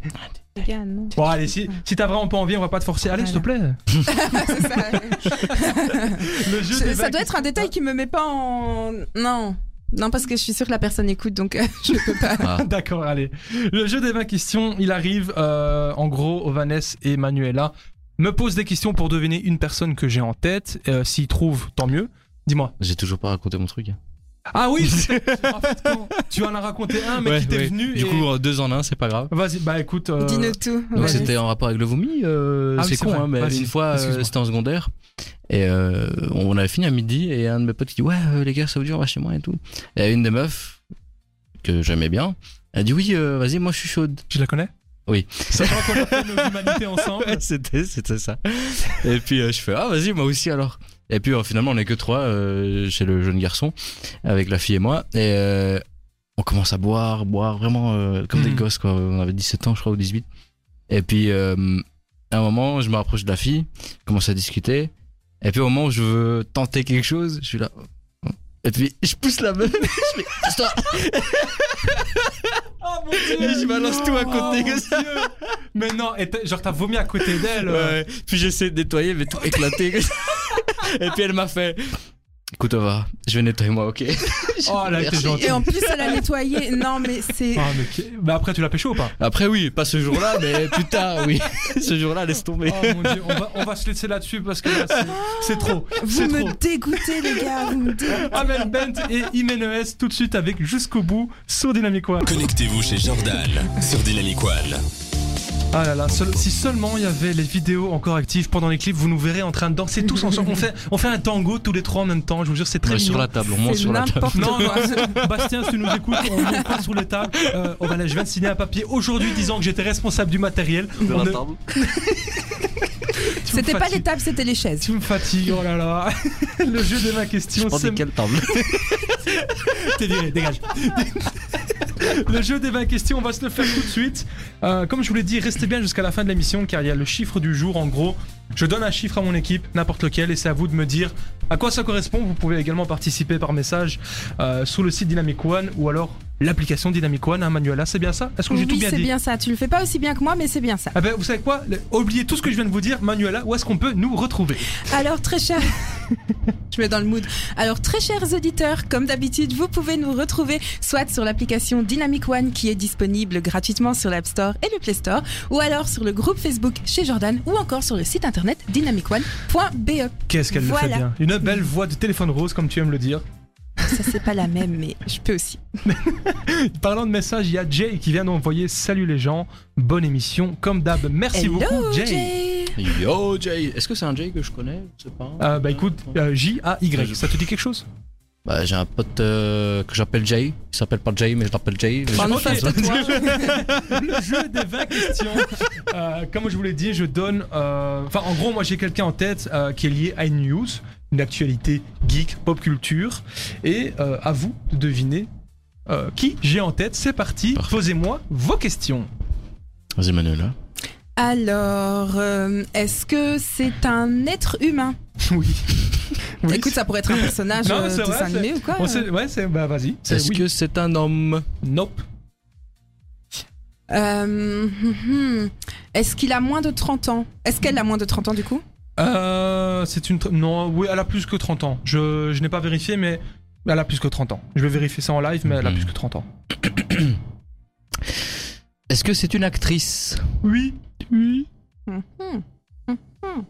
C: Les gars, non.
B: Bon, allez, si, si t'as vraiment pas envie, on va pas te forcer. Allez, s'il te plaît.
C: [LAUGHS] C'est ça.
B: [LAUGHS] Le jeu
C: Je-
B: des
C: ça
B: vagues.
C: doit être un détail qui me met pas en. Non. Non, parce que je suis sûre que la personne écoute, donc euh, je peux pas.
D: Ah.
B: D'accord, allez. Le jeu des 20 questions, il arrive euh, en gros, Vanessa et Manuela me posent des questions pour deviner une personne que j'ai en tête. Euh, S'ils trouvent, tant mieux. Dis-moi.
D: J'ai toujours pas raconté mon truc.
B: Ah
D: [LAUGHS]
B: oui c'est- en fait, quand tu en as raconté un, mais
D: Ouais,
B: qui t'est
D: ouais.
B: venu.
D: Du
B: et-
D: coup, euh, deux en un, c'est pas grave.
B: Vas-y, bah écoute. euh,
C: Dis-nous tout.
D: Donc
C: Valérie.
D: c'était en rapport avec le vomi, euh,
B: Ah oui,
D: c'est
B: c'est
D: con,
B: vrai.
D: hein, mais
B: Vas-y,
D: une fois euh,
B: excuse-moi.
D: c'était en secondaire et euh, on avait fini à midi et un de mes potes qui dit ouais euh, les gars ça vous dit on va chez moi et tout. Et une des meufs que j'aimais bien, elle dit oui euh, vas-y moi je suis chaude.
B: tu la connais
D: Oui.
B: Sachant qu'on a fait nos humanités ensemble.
D: [LAUGHS] Ouais, c'était c'était ça. et puis euh, je fais ah vas-y moi aussi alors. Et puis euh, finalement on est que trois euh, chez le jeune garçon avec la fille et moi et euh, on commence à boire boire vraiment euh, comme des
B: Mhm.
D: gosses quoi. On avait 17 ans je crois ou 18. Et puis euh, à un moment je me rapproche de la fille, je commence à discuter et puis au moment où je veux tenter quelque chose je suis là. Et puis je pousse la meuf, [LAUGHS] je fais Stop
B: Oh mon dieu Oh,
D: Et je balance tout à
B: mon
D: côté comme ça.
B: Dieu. Mais non, et t'as- genre t'as vomi à côté d'elle. euh.
D: Ouais, Puis j'essaie de nettoyer, mais tout éclaté. et puis elle m'a fait Écoute, on va, je vais nettoyer moi, ok
B: Oh, elle a été
D: Merci.
B: gentille.
C: Et en plus, elle a nettoyé. Non, mais c'est.
B: Ah, mais qui- bah, après, tu l'as pécho ou
D: [LAUGHS]
B: pas
D: Après, oui, pas ce jour-là, mais plus tard, oui. ce jour-là, laisse tomber.
B: Oh mon dieu, on va, on va se laisser là-dessus parce que là, c'est- c'est trop.
C: Vous
B: C'est
C: me
B: trop.
C: dégoûtez, les gars. Vous me dégoûtez.
B: Amel Bent et Imenes tout de suite avec Jusqu'au bout sur Dynamic One.
A: Connectez-vous chez Jordan sur Dynamic One.
B: Ah là là, seul- si seulement il y avait les vidéos encore actives pendant les clips, vous nous verrez en train de danser tous ensemble. On fait, on fait un tango tous les trois en même temps, je vous jure, c'est très
D: On est sur
B: mignon.
D: la table, on monte
C: C'est
D: sur la table.
C: n'importe
B: Non,
C: quoi.
B: non, [LAUGHS] Bastien, si tu nous écoutes, on est pas sur les tables. Euh, oh, voilà, je viens de signer un papier aujourd'hui disant que j'étais responsable du matériel. On ne- tu me
C: C'était pas
B: fatigues.
C: les tables, c'était les chaises.
B: Tu me fatigues, oh là là. [LAUGHS] Le jeu de ma
D: Je
B: question,
D: prends
B: c'est
D: des quelle table
B: T'es viré, dégage. [LAUGHS] le jeu des 20 questions, on va se le faire tout de suite. Euh, comme je vous l'ai dit, restez bien jusqu'à la fin de l'émission car il y a le chiffre du jour. En gros, je donne un chiffre à mon équipe, n'importe lequel, et c'est à vous de me dire à quoi ça correspond. Vous pouvez également participer par message euh, sur le site Dynamic One ou alors l'application Dynamic One. Hein, Manuela, c'est bien ça Est-ce que j'ai tout
C: Oui,
B: bien
C: c'est
B: dit
C: bien ça. Tu le fais pas aussi bien que moi, mais c'est bien ça.
B: Ah ben, vous savez quoi Le- Oubliez tout ce que je viens de vous dire, Manuela, où est-ce qu'on peut nous retrouver
C: Alors très cher. [LAUGHS] Je mets dans le mood. Alors très chers auditeurs, comme d'habitude, vous pouvez nous retrouver soit sur l'application Dynamic One qui est disponible gratuitement sur l'App Store et le Play Store, ou alors sur le groupe Facebook chez Jordan, ou encore sur le site internet dynamicone.be.
B: Qu'est-ce qu'elle le fait
C: Voilà.
B: bien Une belle voix de téléphone rose, comme tu aimes le dire.
C: Ça c'est pas la même, mais je peux aussi.
B: Parlant de messages, il y a Jay qui vient d'envoyer Salut les gens, bonne émission, comme d'hab. Merci
C: Hello
B: beaucoup, Jay.
C: Jay.
D: Yo, Jay Est-ce que c'est un Jay que je connais Je sais pas.
B: Euh, bah écoute, euh, J-A-Y,
D: Je-
B: ça te dit quelque chose
D: Bah, j'ai un pote euh, que j'appelle Jay. Il s'appelle pas Jay, mais je l'appelle Jay. Mais
C: Pardon,
D: je sais pas
C: t'as
D: son-
C: le
B: [LAUGHS]
C: tatouage.
B: Le jeu des 20 questions. Euh, comme je vous l'ai dit, je donne. euh, Enfin, en gros, moi j'ai quelqu'un en tête euh, qui est lié à une news, une actualité geek, pop culture. Et euh, à vous de deviner euh, qui j'ai en tête. C'est parti,
D: Parfait.
B: posez-moi vos questions.
D: Vas-y, hein. Manuela.
C: Alors, euh, est-ce que c'est un être humain [LAUGHS]
B: Oui. Oui,
C: Écoute, ça pourrait être un personnage
B: Non,
C: euh,
B: c'est
C: dessin
B: vrai,
C: animé ou quoi
B: on sait- ouais, c'est. Bah vas-y. c'est
D: Est-ce
B: oui.
D: que c'est un homme
B: Nope.
C: Euh, [LAUGHS] hum, hum. Est-ce qu'il a moins de 30 ans Est-ce qu'elle a moins de 30 ans du coup
B: Euh, c'est une. tr- Non, oui, elle a plus que 30 ans. Je, je n'ai pas vérifié, mais elle a plus que 30 ans. Je vais vérifier ça en live, mais elle a
D: Mhm.
B: plus que 30 ans.
D: Est-ce que c'est une actrice
B: Oui, oui.
C: Hum, hum. Hum, hum.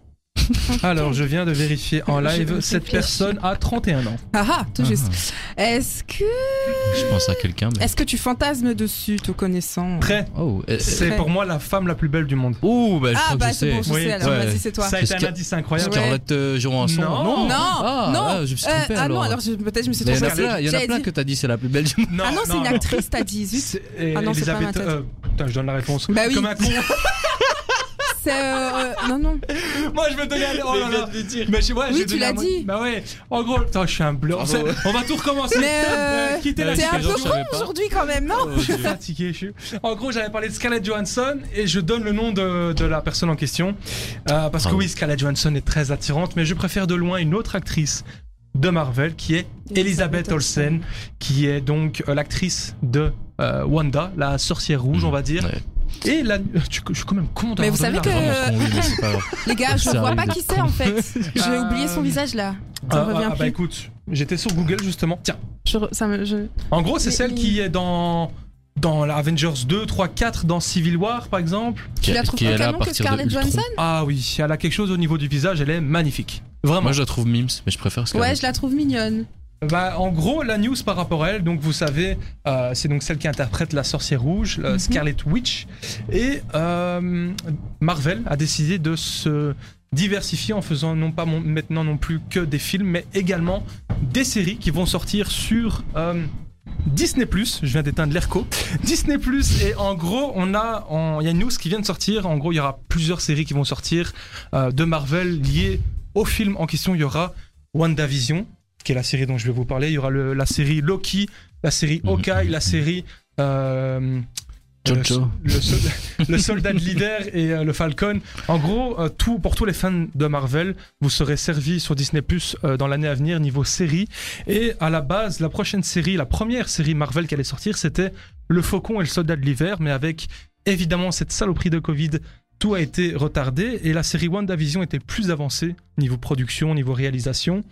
B: Alors, je viens de vérifier en
C: Je
B: live.
C: vais
B: Cette
C: vérifier.
B: personne a 31 ans.
C: Ah ah, tout juste. Est-ce que,
D: Je pense à quelqu'un, mais.
C: est-ce que tu fantasmes dessus, te connaissant
B: Très.
D: Oh, euh,
B: C'est
C: Très.
B: pour moi la femme la plus belle du monde.
D: Ouh, bah, je
C: Ah
D: crois
C: bah
D: que je
C: c'est
D: sais.
C: bon, je
B: Oui,
C: sais alors,
D: ouais.
C: vas-y c'est toi.
B: Ça a été un
D: Parce que-
B: indice incroyable.
C: Ouais.
D: Scarlett euh, Johansson.
B: Non.
C: Non,
B: Non,
D: ah,
C: non.
D: Ah, je me suis
C: Euh,
D: trompé
C: ah
D: alors.
C: non, alors je- peut-être je me suis
D: Mais il y en
C: trompée.
D: a plein, il y en a
C: J'avais
D: plein
C: dit-
D: que t'as dit c'est la plus belle du monde.
B: Non,
C: Ah non, c'est une actrice, t'as 18.
B: C'est- et
C: Ah non, c'est pas
B: Elisabeth-
C: ma tête.
B: euh, putain, je donne la réponse.
C: Bah oui.
B: Comme un con.
C: C'est. euh, euh, non, non.
B: Moi, je vais te donner. un- Oh là là. Mais je- ouais,
C: Oui,
B: j'ai
C: tu
B: donné un
C: l'as
B: mo-
C: dit.
B: Bah ouais. En gros, putain, je suis un blanc.
D: Bravo.
B: C'est- On va tout recommencer.
C: Mais euh,
B: Euh, quittez la
C: t'es un
D: discussion,
C: peu
D: je
C: con
D: savais pas.
C: aujourd'hui quand même,
D: [LAUGHS]
C: non
B: Je suis fatigué. Je suis... En gros, j'avais parlé de Scarlett Johansson et je donne le nom de, de la personne en question. Euh, parce que
D: Bravo.
B: oui, Scarlett Johansson est très attirante, mais je préfère de loin une autre actrice de Marvel qui est Elisabeth Olsen, qui est donc euh, l'actrice de euh, Wanda, la sorcière rouge,
D: Mhm.
B: on va dire.
D: Ouais.
B: Et la... tu- je suis quand même con d'avoir
C: Mais vous
B: donné
C: savez
B: la-
C: que-
D: Vraiment con, oui, mais c'est pas grave.
C: Les gars, je
D: Ça
C: vois
D: arrive
C: pas
D: de
C: qui
D: con.
C: c'est en fait. [LAUGHS] J'ai oublié son
B: Euh,
C: visage là. Ça
B: Ah,
C: me revient
B: ah, bah
C: plus.
B: écoute, j'étais sur Google justement. Tiens.
C: Je re- ça me- je-
B: En gros, c'est
C: Mais-
B: celle qui est dans dans la Avengers 2, 3, 4, dans Civil War par exemple.
C: Tu
D: Qui-
C: la trouves
D: qui est
C: plus
D: là à
C: canon que
D: partir de
C: Scarlett
D: Ultron.
C: Johansson
B: Ah oui, elle a quelque chose au niveau du visage, elle est magnifique. Vraiment.
D: Moi je la trouve mimes, mais je préfère ce
C: Ouais, je la trouve mignonne.
B: Bah, en gros, la news par rapport à elle, donc vous savez, euh, c'est donc celle qui interprète la sorcière rouge, la
C: Mhm.
B: Scarlet Witch, et euh, Marvel a décidé de se diversifier en faisant non pas mon- maintenant non plus que des films, mais également des séries qui vont sortir sur euh, Disney+. Je viens d'éteindre l'Erco. Disney+. Et en gros, on a, en- il y a une news qui vient de sortir. En gros, il y aura plusieurs séries qui vont sortir euh, de Marvel liées au film en question. Il y aura WandaVision, qui est la série dont je vais vous parler. Il y aura le- la série Loki, la série
D: Mhm.
B: Hawkeye, la série euh,
D: Jojo.
B: le, le sol- le soldat de l'hiver et euh, le Falcon. En gros, euh, tout, pour tous les fans de Marvel, vous serez servis sur Disney Plus euh, dans l'année à venir niveau série. Et à la base, la prochaine série, la première série Marvel qui allait sortir, c'était Le Faucon et le Soldat de l'hiver, mais avec évidemment cette saloperie de Covid. Tout a été retardé et la série WandaVision était plus avancée niveau production, niveau réalisation,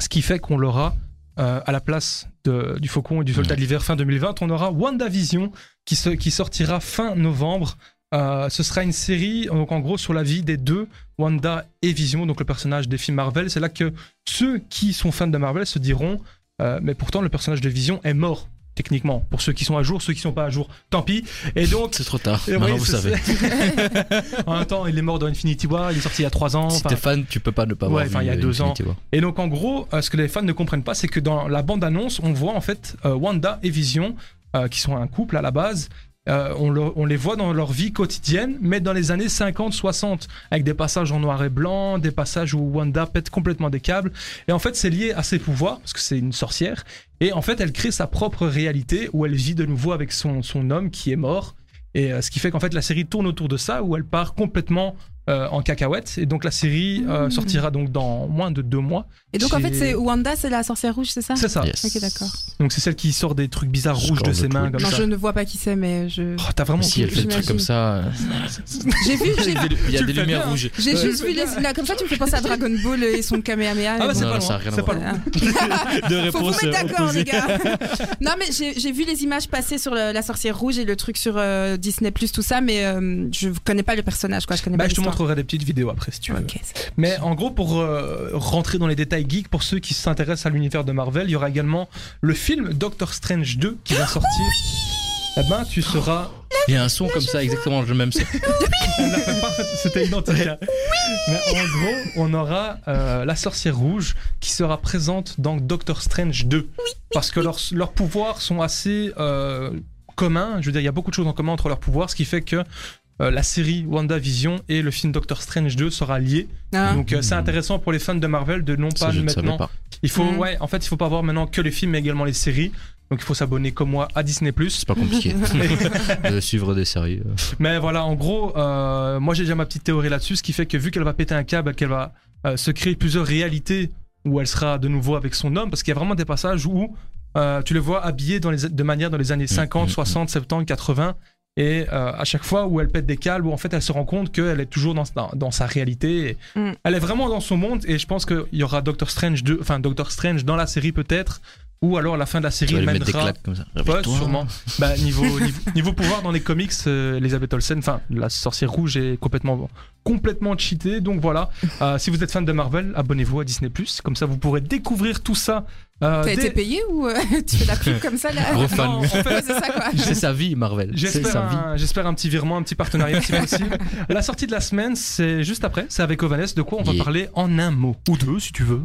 B: ce qui fait qu'on l'aura euh, à la place de- du Faucon et du Soldat de l'hiver fin 2020, on aura WandaVision qui, se- qui sortira fin novembre. Euh, ce sera une série, donc en gros, sur la vie des deux, Wanda et Vision, donc le personnage des films Marvel. C'est là que ceux qui sont fans de Marvel se diront, euh, mais pourtant le personnage de Vision est mort, techniquement. Pour ceux qui sont à jour, ceux qui sont pas à jour, tant pis. Et donc...
D: C'est trop tard.
B: et
D: Maintenant
B: oui,
D: vous
B: c'est-
D: savez.
B: c'est- [LAUGHS] en même temps, il est mort dans Infinity War, il est sorti il y a 3 ans.
D: Si
B: enfin,
D: t'es fan, tu peux pas ne pas
B: Ouais,
D: voir.
B: enfin, il y a
D: euh,
B: deux
D: Infinity War.
B: et donc en gros, euh, ce que les fans ne comprennent pas, c'est que dans la bande-annonce, on voit en fait euh, Wanda et Vision, euh, qui sont un couple à la base, euh, on, le- on les voit dans leur vie quotidienne, mais dans les années 50-60, avec des passages en noir et blanc, des passages où Wanda pète complètement des câbles. Et en fait, c'est lié à ses pouvoirs, parce que c'est une sorcière. Et en fait, elle crée sa propre réalité, où elle vit de nouveau avec son, son homme qui est mort. Et euh, ce qui fait qu'en fait, la série tourne autour de ça, où elle part complètement... euh, en cacahuète et donc la série euh,
C: Mmh.
B: sortira donc dans moins de deux mois
C: Et donc en
B: J'ai-
C: fait, c'est Wanda, c'est la sorcière rouge, c'est ça
B: c'est ça.
D: Yes.
C: Ok, d'accord.
B: Donc c'est celle qui sort des trucs bizarres
D: Je
B: rouges de
D: score
B: ses
D: de
B: mains
D: trucs.
B: comme
C: Non,
B: ça.
C: je ne vois pas qui c'est, mais je.
B: Oh, t'as vraiment.
D: Si elle fait le
C: J'imagine.
D: truc comme ça, euh,
C: [LAUGHS] J'ai vu, j'ai
D: il y a
B: Tu le
D: des
B: fais
D: lumières
B: bien.
D: rouges.
C: j'ai
B: Ouais.
C: juste vu les. Là, comme ça, tu me fais penser à Dragon Ball et son Kamehameha.
B: Ah bah
C: mais
B: c'est
D: Non,
B: pas
D: non, ça a
B: loin.
D: rien à
B: C'est pas
D: voir.
B: loin.
C: voilà.
D: De
C: Faut vous
D: euh,
C: mettre d'accord, les gars. [LAUGHS]
D: [LAUGHS]
C: non, mais j'ai j'ai vu les images passer sur le- la sorcière rouge et le truc sur euh, Disney Plus, tout ça, mais euh, je connais pas le personnage, quoi. Je connais
B: Bah,
C: pas
B: je te
C: l'histoire.
B: montrerai des petites vidéos après si tu veux.
C: Ok, c'est-
B: Mais en gros, pour euh, rentrer dans les détails geeks, pour ceux qui s'intéressent à l'univers de Marvel, il y aura également le film Doctor Strange 2 qui va sortir. Eh ben, tu seras.
D: Il y a un son comme ça, exactement le même. son.
B: Elle l'a fait pas, c'était identique. hein. Mais en gros, on aura euh, la sorcière rouge qui sera présente dans Doctor Strange 2. parce que leurs, leurs pouvoirs sont assez euh, communs. Je veux dire, il y a beaucoup de choses en commun entre leurs pouvoirs, ce qui fait que euh, la série WandaVision et le film Doctor Strange 2 sera lié.
C: hein.
B: Donc euh, c'est intéressant pour les fans de Marvel de non
D: Hmm. Ça,
B: pas
D: je ne savais
B: maintenant
D: pas.
B: il faut,
C: Mhm.
B: ouais, en fait, il faut pas voir maintenant que les films, mais également les séries. Donc, il faut s'abonner comme moi à Disney+.
D: C'est
B: [LAUGHS]
D: pas compliqué. [LAUGHS] de suivre des séries. euh.
B: Mais voilà, en gros, euh, moi j'ai déjà ma petite théorie là-dessus, ce qui fait que vu qu'elle va péter un câble, qu'elle va euh, se créer plusieurs réalités où elle sera de nouveau avec son homme, parce qu'il y a vraiment des passages où euh, tu le vois habillé dans les, de manière dans les années 50,
D: mm,
B: 60, 70, 80. Et euh, à chaque fois où elle pète des câbles, où en fait elle se rend compte qu'elle est toujours dans, dans, dans sa réalité. Et
C: Mm.
B: Elle est vraiment dans son monde et je pense qu'il y aura Doctor Strange, 2 enfin Doctor Strange dans la série peut-être, ou alors la fin de la
D: Tu
B: série
D: vas lui mettre des
B: mènera
D: claques comme ça.
B: Ouais,
D: Réveille-toi.
B: sûrement. Bah, niveau, [LAUGHS] niveau, niveau pouvoir dans les comics, euh, Elisabeth Olsen, enfin, la sorcière rouge est complètement, complètement cheatée. Donc voilà, Euh, si vous êtes fan de Marvel, abonnez-vous à Disney. Comme ça, vous pourrez découvrir tout ça. euh,
C: T'as
B: dès-
C: été payé ou euh, [LAUGHS] tu fais la pub comme ça là
D: Gros fan.
B: Non, en fait,
C: Ouais, c'est ça
D: [LAUGHS]
C: quoi.
D: C'est sa vie, Marvel. C'est
B: J'espère
D: sa vie.
B: un, j'espère un petit virement, un petit partenariat si
C: [LAUGHS]
B: possible. La sortie de la semaine, c'est juste après, c'est avec Ovanes, de quoi on va
D: Yeah.
B: parler en un mot. Ou deux si tu veux.
D: [LAUGHS]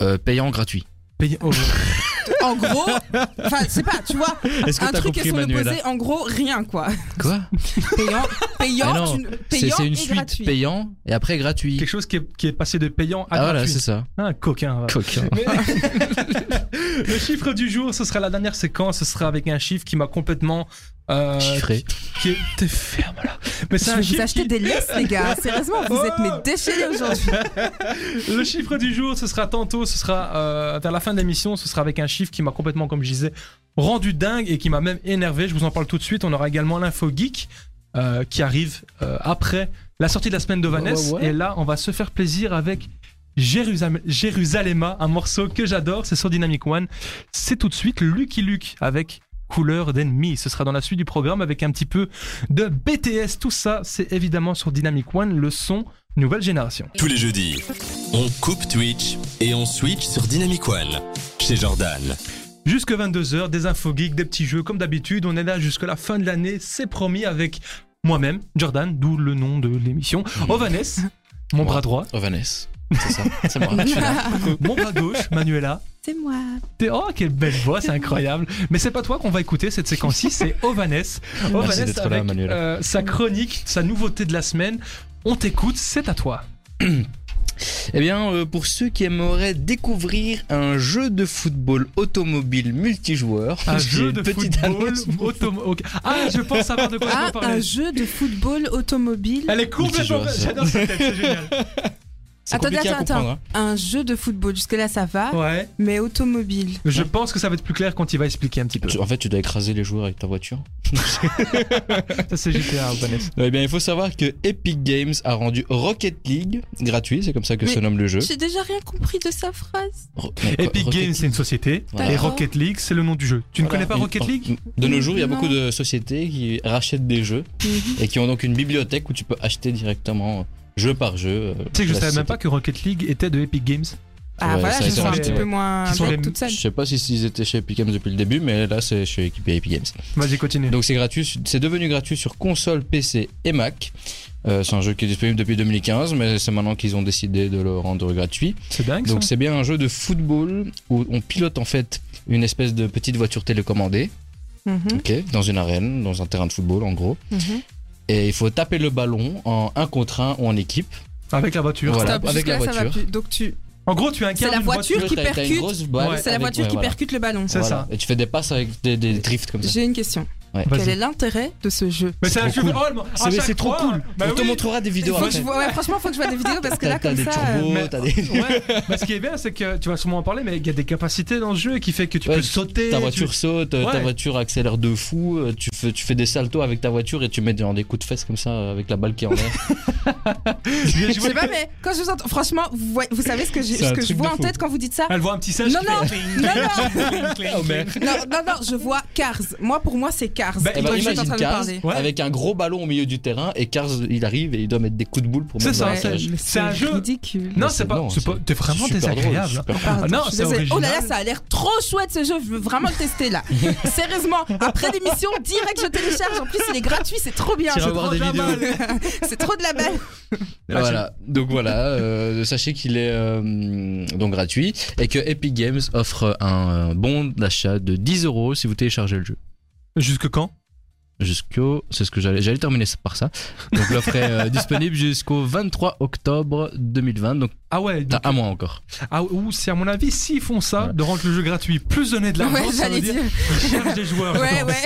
D: Euh, payant gratuit.
B: Payé- oh,
C: en gros, enfin, c'est pas, tu vois,
D: Est-ce que
C: un
D: t'as
C: truc est
D: compris,
C: sur
D: Manuela
C: le posé, en gros, rien,
D: [LAUGHS]
C: quoi.
D: Quoi
C: Payant, payant,
D: Mais non,
C: tu ne-
D: C'est
C: payant
D: c'est une
C: et
D: suite
C: gratuit.
D: payant et après gratuit.
B: Quelque chose qui est, qui est passé de payant à
D: Ah voilà,
B: gratuit.
D: c'est ça.
B: un coquin. va.
D: Coquin. [LAUGHS]
B: Mais- le chiffre du jour, ce sera la dernière séquence, ce sera avec un chiffre qui m'a complètement... euh,
D: Chiffré.
B: Qui est... T'es ferme là. Mais c'est
C: Je
B: un
C: vais vous
B: chiffre
C: acheter
B: qui-
C: des laisses, les
D: [LAUGHS]
C: gars. Sérieusement, vous êtes mes déchets aujourd'hui.
B: [LAUGHS] Le chiffre du jour, ce sera tantôt, ce sera euh, vers la fin de l'émission, ce sera avec un chiffre qui m'a complètement, comme je disais, rendu dingue et qui m'a même énervé. Je vous en parle tout de suite. On aura également l'info geek euh, qui arrive euh, après la sortie de la semaine de Vanessa.
D: ouais.
B: Et là, on va se faire plaisir avec Jérusalem, Jérusalema, un morceau que j'adore. C'est sur Dynamic One. C'est tout de suite Lucky Luke avec couleur d'ennemi. Ce sera dans la suite du programme avec un petit peu de BTS. Tout ça, c'est évidemment sur Dynamic One, le son nouvelle génération.
A: Tous les jeudis, on coupe Twitch et on switch sur Dynamic One chez Jordan.
B: Jusque 22h, des infos geeks, des petits jeux comme d'habitude. On est là jusque la fin de l'année, c'est promis avec moi-même, Jordan, d'où le nom de l'émission. Ovanès, mon bras droit.
D: Oh, Vanessa. C'est ça. C'est moi. Je suis là.
B: mon bras gauche, Manuela.
C: C'est moi.
B: T'es- Oh, quelle belle voix, c'est incroyable. Mais c'est pas toi qu'on va écouter cette séquence-ci, c'est Oh, Ovanès. Ovanès
D: d'être là,
B: avec
D: Manuela.
B: euh, sa chronique, sa nouveauté de la semaine. On t'écoute, c'est à toi.
D: [LAUGHS] Eh bien, euh, pour ceux qui aimeraient découvrir un jeu de football automobile multijoueur,
B: Un
D: [LAUGHS] j'ai
B: jeu
D: une
B: de
D: petite
B: football [LAUGHS]
D: annonce.
B: automo- ok. Ah, je pense savoir de quoi on
C: Ah,
B: va
C: un
B: parler.
C: jeu de football automobile.
B: Elle est complètement...
D: Multijoueur, ça.
B: J'adore cette tête, c'est génial.
D: Ah, C'est
C: Attendez,
D: compliqué à
C: attends,
D: comprendre, hein.
C: Un jeu de football, jusque-là, ça va.
B: Ouais.
C: Mais automobile.
B: Je pense que ça va être plus clair quand il va expliquer un petit peu.
D: Tu- En fait, tu dois écraser les joueurs avec ta voiture.
B: Ça c'est GTA, Vanessa.
D: Eh bien, il faut savoir que Epic Games a rendu Rocket League gratuit, c'est comme ça que
C: Mais
D: se nomme le jeu.
C: J'ai déjà rien compris de sa phrase.
D: Ro- non,
B: Epic
D: Rocket
B: Games c'est une société
D: Voilà.
B: et Rocket League c'est le nom du jeu. Tu ne
D: Voilà.
B: connais pas Rocket League
D: De nos jours, il y a
C: Non.
D: beaucoup de sociétés qui rachètent des jeux
C: Mhm.
D: et qui ont donc une bibliothèque où tu peux acheter directement euh, jeu par jeu. euh,
B: Tu sais que je savais même pas que Rocket League était de Epic Games.
C: Ah,
D: Ouais,
C: voilà,
D: ça,
C: je
D: ils
C: suis
D: ont
C: un
D: rajouté,
C: petit peu
D: ouais.
C: moins
B: Qui sont
C: bête
B: les-
C: toute
D: Je
C: seule.
D: sais pas si- s'ils étaient chez Epic Games depuis le début, mais là, c'est chez équipé Epic Games.
B: Vas-y continue.
D: Donc c'est gratuit, c'est devenu gratuit sur console, PC et Mac. Euh, c'est un jeu qui est disponible depuis 2015, mais c'est maintenant qu'ils ont décidé de le rendre gratuit.
B: C'est dingue
D: Donc
B: ça.
D: c'est bien un jeu de football où on pilote en fait une espèce de petite voiture télécommandée,
C: Mhm,
D: ok, dans une arène, dans un terrain de football en gros.
C: mhm.
D: Et il faut taper le ballon en un contre un ou en équipe.
B: Avec la voiture.
D: Voilà,
C: Stop,
D: avec la
C: jusque-là, ça va
D: voiture.
C: plus. Donc tu,
B: En gros tu
C: C'est
B: incarnes
C: la
B: une
C: voiture qui
D: T'as- t'as une
C: percute.
D: grosse balle
B: Ouais.
C: C'est la
D: avec-
C: voiture
D: ouais,
C: qui
D: voilà.
C: percute le ballon.
B: C'est
D: Voilà. Et tu fais des passes avec des, des drifts comme ça.
C: J'ai une question.
B: Vas-y.
C: Quel est l'intérêt de ce jeu
B: Mais c'est un
D: trop
B: jeu.
D: cool.
B: Oh, le- à
D: C'est-
B: chaque
D: C'est trop
B: fois,
D: cool.
B: bah
D: On
B: oui.
D: te montrera des
C: Il
D: vidéos
C: faut que
D: après.
C: je vois- ouais, franchement, faut que je vois des vidéos parce que
D: T'as
C: là,
D: t'as
C: comme
D: des
C: ça.
D: turbos,
B: Mais- [LAUGHS]
D: t'as des...
B: Ouais, mais ce qui est bien, c'est que tu vas sûrement en parler, mais il y a des capacités dans ce jeu qui fait que tu
D: Ouais,
B: peux sauter.
D: Ta
B: tu-
D: voiture saute, ta
B: Ouais.
D: voiture accélère de fou, euh, tu fais, tu fais des saltos avec ta voiture et tu mets dans des coups de fesses comme ça euh, avec la balle qui est
B: [LAUGHS]
D: en l'air.
B: Bien joué.
C: Je sais pas, mais quand je vous entends, franchement, vous, voyez- vous savez ce que, j'ai-
D: C'est
C: ce
D: un
C: que je
D: truc
C: vois
D: de
C: en
D: fou. Ah.
C: tête quand vous dites ça
B: Elle voit un petit singe.
C: Non,
B: qui
C: non.
B: fait-
C: Non, non,
D: Oh, mais-
C: non, non, non, je vois Cars. Moi, pour moi, c'est Cars.
B: Bah,
D: Eh ben,
C: Toi, je suis en
D: imagine
C: train de
D: Cars
C: parler.
B: Ouais.
D: avec un gros ballon au milieu du terrain et Cars il arrive et il doit mettre des coups de boule pour
B: C'est
D: mettre
B: ça,
D: dans la
B: c'est-
D: cage.
C: Mais
B: c'est un jeu.
C: ridicule.
B: Non,
D: Mais
B: c'est pas. c'est pas- T'es vraiment
D: super drôle,
B: désagréable. hein.
D: super drôle.
C: Pardon,
B: Ah, non,
C: je suis
B: c'est
C: désolée. Oh là là,
B: original.
C: ça a l'air trop chouette ce jeu. Je veux vraiment le
B: [LAUGHS]
C: tester là. Sérieusement, après l'émission, direct, je télécharge. En plus, il est gratuit, c'est trop bien.
D: T'iras
C: C'est
D: voir
C: trop
D: des
C: de la
D: vidéos.
C: balle. [LAUGHS] C'est trop de la balle.
B: Ah,
D: Voilà, donc voilà, euh, sachez qu'il est euh, donc gratuit et que Epic Games offre un euh, bon d'achat de 10 euros si vous téléchargez le jeu.
B: Jusque quand
D: Jusqu'au, c'est ce que j'allais, j'allais terminer par ça. Donc l'offre est euh, disponible jusqu'au 23 octobre 2020, donc
B: Ah ouais,
D: t'as
B: donc-
D: un
B: [LAUGHS]
D: mois encore.
B: Ah, ou c'est à mon avis, s'ils font ça,
D: Voilà.
B: de rendre le jeu gratuit, plus donner de l'argent,
C: Ouais,
B: ça veut
C: j'allais
B: dire,
C: dire.
B: cherche des joueurs.
C: Ouais,
B: genre. [LAUGHS]
C: ouais.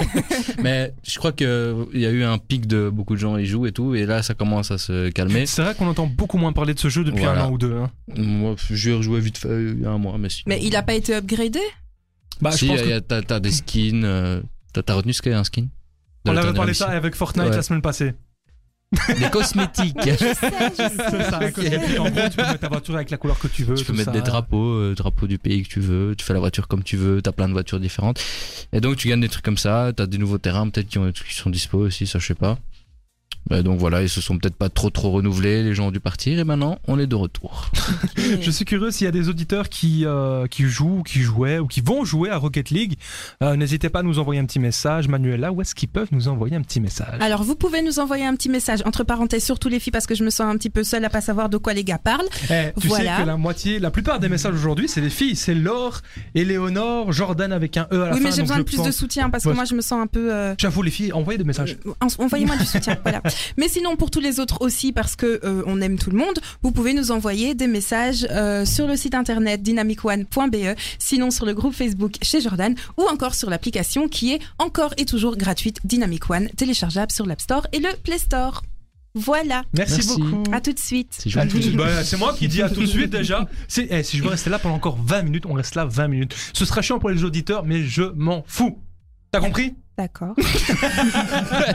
D: Mais je crois que il y a eu un pic de beaucoup de gens y jouent et tout, et là ça commence à se calmer.
B: C'est vrai qu'on entend beaucoup moins parler de ce jeu depuis
D: Voilà.
B: un an ou deux. hein.
D: Moi, j'ai rejoué vite fait euh, il y a un mois, mais si.
C: Mais il a pas été upgradé
B: Bah,
D: si,
B: je pense
D: il y a- t'as, t'as des skins, euh, t'as, t'as retenu ce qu'est un skin De
B: qu'on
D: la
B: avait
D: dernière
B: parlé de ça
D: mission.
B: avec Fortnite
D: Ouais.
B: la semaine passée.
D: Des [LAUGHS] cosmétiques.
C: Je sais,
B: C'est ça,
C: je sais.
B: en gros, tu peux mettre ta voiture avec la couleur que tu veux.
D: tu peux
B: tout
D: mettre
B: ça.
D: des drapeaux, euh, drapeaux du pays que tu veux, tu fais la voiture comme tu veux, t'as plein de voitures différentes. Et donc tu gagnes des trucs comme ça, t'as des nouveaux terrains peut-être qui, ont- qui sont dispo aussi, ça je sais pas. Euh, donc voilà, ils se sont peut-être pas trop trop renouvelés, les gens ont dû partir et maintenant on est de retour.
B: Je suis curieux s'il y a des auditeurs qui, euh, qui jouent, ou qui jouaient ou qui vont jouer à Rocket League. Euh, N'hésitez pas à nous envoyer un petit message. Manuela, où est-ce qu'ils peuvent nous envoyer un petit message
C: Alors, vous pouvez nous envoyer un petit message, entre parenthèses, surtout les filles, parce que je me sens un petit peu seule à pas savoir de quoi les gars parlent.
B: Eh, tu
C: voilà.
B: sais que la moitié, la plupart des messages aujourd'hui, c'est des filles. C'est Laure, Éléonore, Jordan avec un E à la
C: oui,
B: fin.
C: mais j'ai
B: donc
C: besoin
B: je
C: de plus
B: pense-
C: de soutien, parce que
B: Ouais. Ah,
C: moi, je me sens un peu. euh,
B: J'avoue, les filles, envoyez des messages.
C: Euh, en- Envoyez-moi du soutien, [LAUGHS] voilà. Mais sinon, pour tous les autres aussi, parce que euh, on aime tout le monde, vous pouvez nous envoyer des messages euh, sur le site internet dynamicone.be, sinon sur le groupe Facebook chez Jordan, ou encore sur l'application qui est encore et toujours gratuite Dynamic One, téléchargeable sur l'App Store et le Play Store. Voilà.
B: Merci,
D: Merci.
B: beaucoup.
C: À tout de suite.
D: [LAUGHS] C'est
B: À
D: joli.
B: tout de suite. Bah, c'est moi qui dis à tout de suite déjà. C'est- eh, si je veux rester là pendant encore 20 minutes, on reste là 20 minutes. Ce sera chiant pour les auditeurs, mais je m'en fous. T'as compris
C: D'accord.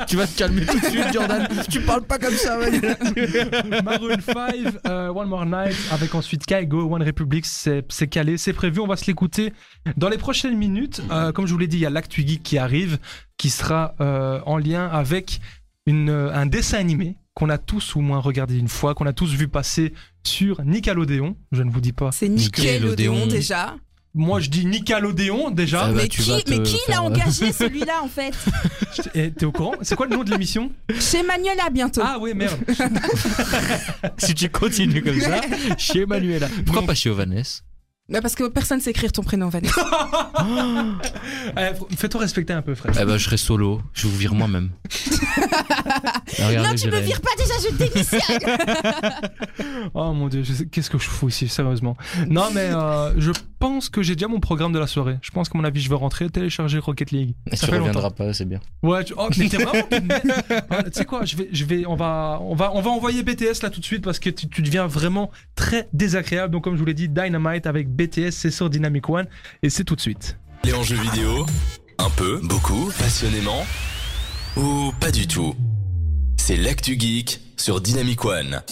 D: tu vas te calmer tout de suite, Jordan. tu parles pas comme ça, Manuela.
B: Maroon 5, euh, One More Night, avec ensuite Kaigo, One Republic, c'est c'est calé, c'est prévu, on va se l'écouter dans les prochaines minutes. Euh, comme je vous l'ai dit, il y a l'actu geek qui arrive, qui sera euh, en lien avec une, euh, un dessin animé qu'on a tous au moins regardé une fois, qu'on a tous vu passer sur Nickelodeon. Je ne vous dis pas.
C: C'est
D: Nickelodeon.
C: Nickelodeon déjà.
B: Moi, je dis Nickelodeon déjà.
D: Ah bah,
C: mais
D: tu
C: qui,
D: vas te
C: mais qui
B: euh,
D: faire-
B: [LAUGHS]
C: l'a engagé celui-là en fait
B: Eh, T'es au courant C'est quoi le nom de l'émission
C: Chez Manuela bientôt.
B: Ah ouais, merde.
D: Si tu continues
C: [LAUGHS]
D: comme [LAUGHS] ça, chez Manuela. Pourquoi pas chez Ovanes
C: Bah, parce que personne sait écrire ton prénom Vanessa.
B: Eh, fr- Fais-toi respecter un peu, frère.
D: Eh ben, je serai solo. Je vous vire [LAUGHS] moi-même. Ah, regardez,
C: non, tu
D: je
C: me
D: l'ai.
C: vires pas déjà, je démissionne.
B: Oh mon dieu, je sais- qu'est-ce que je fous ici, sérieusement. Non, mais euh, je pense que j'ai déjà mon programme de la soirée. Je pense qu'à mon avis, je vais rentrer télécharger Rocket League.
D: Et tu
B: Ça fait
D: reviendras
B: longtemps.
D: pas, c'est bien.
B: Ouais, tu... oh, mais t'es vraiment
D: [LAUGHS]
B: une merde. Ah, Tu sais quoi, je vais, je vais, on va, on va, on va envoyer BTS là tout de suite parce que tu, tu deviens vraiment très désagréable. Donc comme je vous l'ai dit, Dynamite avec BTS, c'est sur Dynamic One et c'est tout de suite.
A: Les en jeux vidéo, un peu, beaucoup, passionnément, ou pas du tout. C'est l'actu geek sur Dynamic One.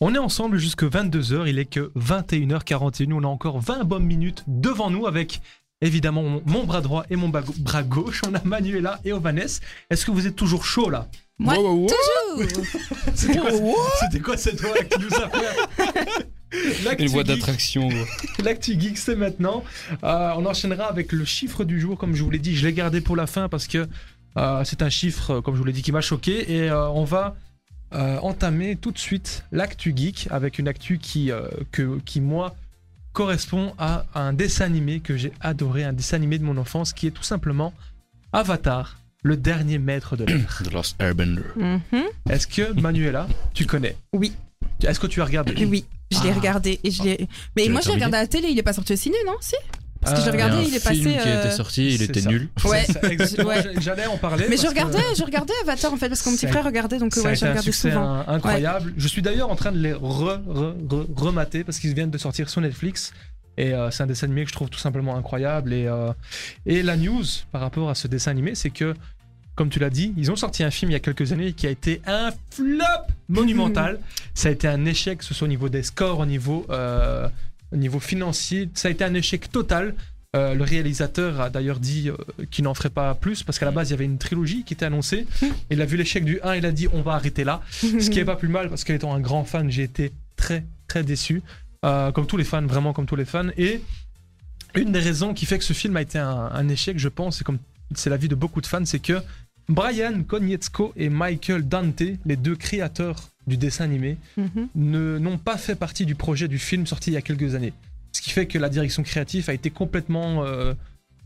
B: On est ensemble jusque 22h, il est que 21h41, on a encore 20 bonnes minutes devant nous avec évidemment mon- mon bras droit et mon bas- bras gauche, on a Manuela et Ovanes. Est-ce que vous êtes toujours chaud là
C: Moi,
D: Wow, wow, wow.
B: C'était quoi, c'était quoi cette voix qui nous a fait L'actu
D: Une voie
B: geek-
D: d'attraction, gros.
B: [LAUGHS] L'actu geek, c'est maintenant. Euh, on enchaînera avec le chiffre du jour. Comme je vous l'ai dit, je l'ai gardé pour la fin parce que euh, c'est un chiffre, euh, comme je vous l'ai dit, qui m'a choqué. Et euh, on va euh, entamer tout de suite l'actu geek avec une actu qui, euh, que, qui moi, correspond à un dessin animé que j'ai adoré, un dessin animé de mon enfance qui est tout simplement Avatar, le dernier maître de l'air.
D: The Lost Airbender.
C: Mhm.
B: Est-ce que Manuela, tu connais
C: Oui.
B: Est-ce que tu as regardé
C: Oui, je l'ai
B: Ah.
C: regardé et je l'ai. Mais
D: Tu
C: moi,
D: l'as
C: je l'ai regardé à la télé. Il est pas sorti au ciné, non Si. Parce que
B: Euh,
C: je regardais,
D: Il
C: il
D: y a
C: est
D: un film
C: passé.
D: qui
C: euh,
D: était sorti, il
B: c'est
D: était
B: ça.
C: [LAUGHS]
D: nul.
C: Ouais.
B: C'est ça, exactement.
C: Ouais.
B: J'- J'allais en parler.
C: Mais je
B: parce que-
C: regardais, je regardais Avatar en fait parce que mon petit
B: Ça a-
C: frère regardait, donc
B: Ça
C: euh,
B: a
C: ouais,
B: été
C: je
B: un
C: regardais
B: succès hein.
C: souvent.
B: in- incroyable. Je suis d'ailleurs en train de les re, re, re- remater parce qu'ils viennent de sortir sur Netflix. Et euh, c'est un dessin animé que je trouve tout simplement incroyable. Et, euh, et la news par rapport à ce dessin animé, c'est que, comme tu l'as dit, ils ont sorti un film il y a quelques années qui a été un flop monumental. Ça a été un échec, que ce soit au niveau des scores, au niveau, euh, au niveau financier. Ça a été un échec total. Euh, le réalisateur a d'ailleurs dit euh, qu'il n'en ferait pas plus parce qu'à la base il y avait une trilogie qui était annoncée. Il a vu l'échec du 1, il a dit on va arrêter là. Ce
C: Mhm.
B: qui est pas plus mal parce qu'étant un grand fan, j'ai été très très déçu. Euh, comme tous les fans, vraiment comme tous les fans. Et une des raisons qui fait que ce film a été un, un échec, je pense, et comme c'est l'avis de beaucoup de fans, c'est que Brian Konietzko et Michael Dante, les deux créateurs du dessin animé,
C: Mhm.
B: ne- n'ont pas fait partie du projet du film sorti il y a quelques années. Ce qui fait que la direction créative a été complètement. euh,